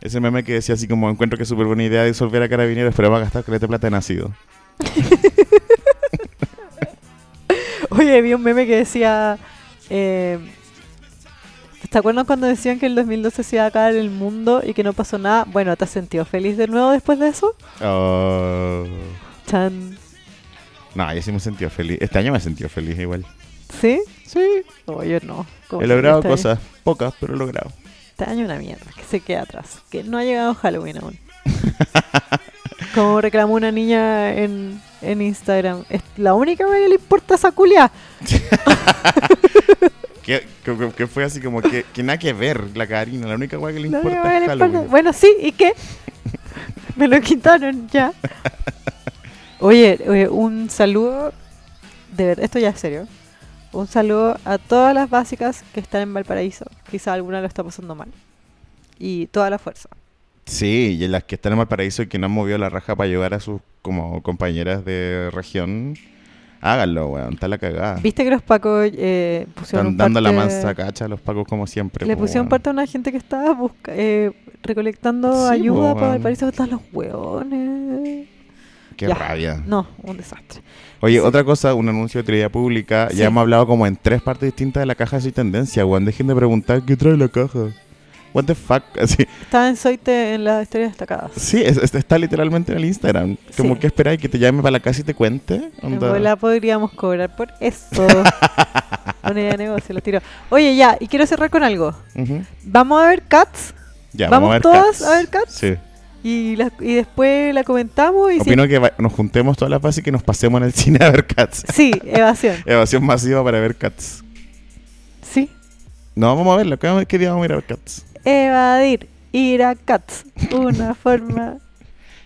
Speaker 1: ese meme que decía así como encuentro que es súper buena idea disolver a carabineros, pero va a gastar caleta de plata en ácido.
Speaker 2: Oye, vi un meme que decía. Eh, ¿Te acuerdas cuando decían que el 2012 se iba a acabar el mundo y que no pasó nada? Bueno, ¿te has sentido feliz de nuevo después de eso?
Speaker 1: Oh.
Speaker 2: Chan.
Speaker 1: No, yo sí me he sentido feliz. Este año me he sentido feliz igual.
Speaker 2: ¿Sí? Sí. Oye, no. Como
Speaker 1: He logrado
Speaker 2: este año-
Speaker 1: cosas, pocas, pero he logrado.
Speaker 2: Este año una mierda, que se queda atrás. Que no ha llegado Halloween aún. Como reclamó una niña en, en Instagram. Es la única vez que le importa esa culia.
Speaker 1: Que, que- que fue así como que, que nada que ver la Karina, la única weá que le
Speaker 2: La única
Speaker 1: importa
Speaker 2: wea
Speaker 1: es
Speaker 2: que le importa-
Speaker 1: Halloween.
Speaker 2: Bueno, sí, ¿y qué? Me lo quitaron ya. Oye, oye, un saludo. De verdad, esto ya es serio. Un saludo a todas las básicas que están en Valparaíso. Quizá alguna lo está pasando mal. Y toda la fuerza.
Speaker 1: Sí, y las que están en Valparaíso y que no han movido la raja para ayudar a sus como compañeras de región a Háganlo, weón. Está la cagada.
Speaker 2: ¿Viste que los pacos eh, pusieron
Speaker 1: Ah. Están
Speaker 2: un
Speaker 1: dando la
Speaker 2: parte-
Speaker 1: mansa cacha a los pacos como siempre.
Speaker 2: Le
Speaker 1: po,
Speaker 2: pusieron
Speaker 1: weón.
Speaker 2: parte a una gente que estaba busca- eh, recolectando
Speaker 1: Sí,
Speaker 2: ayuda
Speaker 1: po,
Speaker 2: para
Speaker 1: weón.
Speaker 2: Valparaíso. Están los hueones.
Speaker 1: Qué
Speaker 2: Ya.
Speaker 1: rabia.
Speaker 2: No, un desastre.
Speaker 1: Oye, otra cosa, un anuncio de utilidad pública.
Speaker 2: Sí.
Speaker 1: Ya hemos hablado como en tres partes distintas de la caja de Soy Tendencia, weón. Dejen de preguntar qué trae la caja. What the fuck. Así,
Speaker 2: Estaba en Soite en las historias destacadas.
Speaker 1: sí, es- es- está literalmente en el Instagram. Como
Speaker 2: Sí.
Speaker 1: que esperáis que te llame para la casa y te cuente.
Speaker 2: En
Speaker 1: Onda.
Speaker 2: bola podríamos cobrar por eso. Una idea de negocio, lo tiro. Oye, ya, y quiero cerrar con algo.
Speaker 1: Ujú.
Speaker 2: Vamos a ver Cats
Speaker 1: Ya, vamos
Speaker 2: ¿Vamos
Speaker 1: a ver
Speaker 2: todas
Speaker 1: Cats.
Speaker 2: a ver Cats?
Speaker 1: Sí.
Speaker 2: y, la- y después la comentamos. Y si-
Speaker 1: Opino que va- nos juntemos todas las bases y que nos pasemos en el cine a ver Cats.
Speaker 2: Sí, evasión.
Speaker 1: Evasión masiva para ver Cats.
Speaker 2: Sí,
Speaker 1: No, vamos a verlo. ¿Qué, qué día vamos a ir a ver Cats?
Speaker 2: evadir, ir a Cats. Una forma.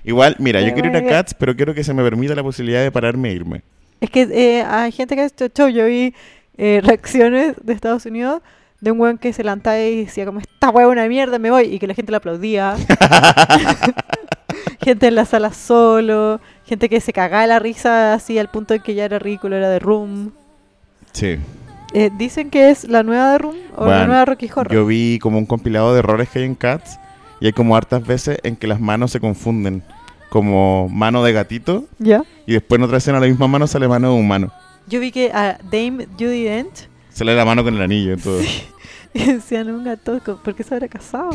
Speaker 1: Igual, mira, yo
Speaker 2: Me
Speaker 1: quiero ir a
Speaker 2: voy a-
Speaker 1: Cats, pero quiero que se me permita la posibilidad de pararme e irme.
Speaker 2: Es que eh, hay gente que ha hecho show. Yo vi eh, reacciones de Estados Unidos de un weón que se levantaba y decía como esta weá es una mierda, me voy. Y que la gente le aplaudía. gente en la sala solo. Gente que se cagaba de la risa así al punto de que ya era ridículo, era de Room.
Speaker 1: Sí.
Speaker 2: Eh, dicen que es la nueva de Room o la
Speaker 1: Bueno,
Speaker 2: nueva Rocky Horror.
Speaker 1: Yo vi como un compilado de errores que hay en Cats y hay como hartas veces en que las manos se confunden. Como mano de gatito
Speaker 2: ¿Ya?
Speaker 1: y después en otra escena la misma mano sale mano de humano.
Speaker 2: Yo vi que a Dame Judy Dench
Speaker 1: Sale la mano con el anillo y todo.
Speaker 2: y decían un gato, co- ¿por qué se habrá casado?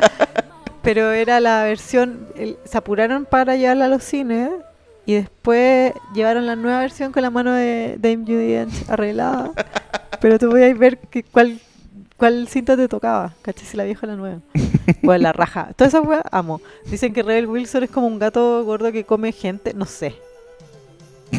Speaker 2: Pero era la versión, el- se apuraron para llevarla a los cines y después llevaron la nueva versión con la mano de Dame Judy Dench arreglada. Pero tú podías ver que cuál, cuál cinta te tocaba, ¿cachai? Si la vieja o la nueva. O la raja. Todas esas weas amo. Dicen que Rebel Wilson es como un gato gordo que come gente, no sé.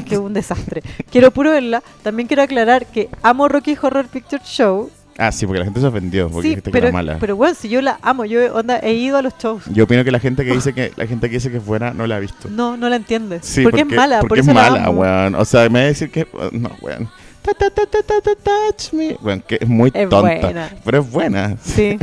Speaker 2: Que un desastre. Quiero puro verla. También quiero aclarar que amo Rocky Horror Picture Show.
Speaker 1: Ah, sí, porque la gente se ofendió porque
Speaker 2: Sí,
Speaker 1: dijiste que
Speaker 2: pero,
Speaker 1: era mala.
Speaker 2: pero bueno, si yo la amo, yo onda, he ido a los shows.
Speaker 1: Yo opino que la gente que dice que la gente que dice que es buena no la ha visto.
Speaker 2: No, no la entiendes.
Speaker 1: Sí,
Speaker 2: porque, es mala, por
Speaker 1: porque
Speaker 2: eso
Speaker 1: es
Speaker 2: la
Speaker 1: mala,
Speaker 2: amo.
Speaker 1: weón. O sea, me va a decir que ah, no, weón. Ta, ta, ta, ta, ta, ta, touch me. Weón, que es muy
Speaker 2: Es
Speaker 1: tonta.
Speaker 2: buena.
Speaker 1: Pero es buena.
Speaker 2: Sí.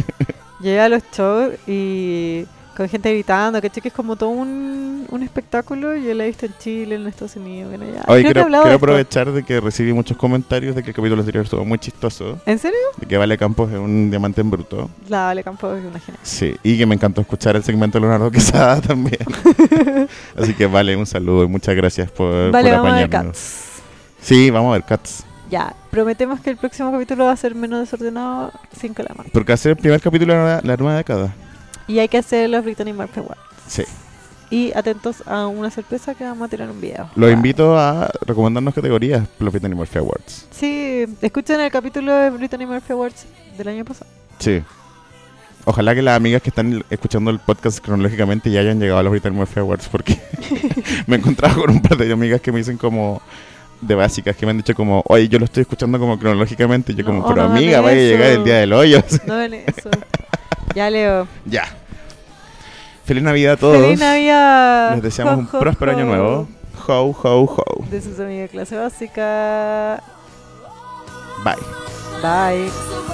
Speaker 2: Llegué a los shows y con gente gritando, ¿cachai? que es como todo un, un espectáculo. Yo la he visto en Chile, en Estados Unidos, en allá.
Speaker 1: Oye,
Speaker 2: Creo que he
Speaker 1: quiero,
Speaker 2: hablado
Speaker 1: quiero
Speaker 2: de esto.
Speaker 1: aprovechar de que recibí muchos comentarios de que el capítulo anterior estuvo muy chistoso,
Speaker 2: ¿En serio?
Speaker 1: de que Vale Campos es un diamante en bruto.
Speaker 2: La Vale Campo es una genia.
Speaker 1: Sí, y que me encantó escuchar el segmento de Leonardo Quesada también. Así que vale, un saludo y muchas gracias por,
Speaker 2: Vale,
Speaker 1: por
Speaker 2: vamos a ver
Speaker 1: apañarnos.
Speaker 2: Cats.
Speaker 1: Sí, vamos a ver Cats.
Speaker 2: Ya, prometemos que el próximo capítulo va a ser menos desordenado, sin calamar.
Speaker 1: Porque hace el primer capítulo de la, nueva- la nueva década.
Speaker 2: Y hay que hacer los Brittany Mark Awards.
Speaker 1: Sí.
Speaker 2: Y atentos a una sorpresa que vamos a tirar un video.
Speaker 1: Los
Speaker 2: Ah.
Speaker 1: invito a recomendarnos categorías los Fit Animal Fair Awards.
Speaker 2: Sí, escuchen el capítulo de Brittany Murphy Awards del año pasado.
Speaker 1: Sí. Ojalá que las amigas que están escuchando el podcast cronológicamente ya hayan llegado a los Britain Murphy Awards porque me he encontrado con un par de amigas que me dicen como de básicas que me han dicho como, oye, yo lo estoy escuchando como cronológicamente, y yo como,
Speaker 2: No,
Speaker 1: pero
Speaker 2: no hagan
Speaker 1: amiga, vaya a llegar
Speaker 2: eso".
Speaker 1: el día del hoyo. Así,
Speaker 2: No ven eso. ya, Leo.
Speaker 1: ya. Feliz Navidad a todos.
Speaker 2: Feliz Navidad.
Speaker 1: Les deseamos
Speaker 2: Jo,
Speaker 1: un
Speaker 2: jo,
Speaker 1: próspero año
Speaker 2: jo.
Speaker 1: nuevo. Ho, ho, ho.
Speaker 2: De sus amigos de clase básica.
Speaker 1: Bye.
Speaker 2: Bye.
Speaker 4: So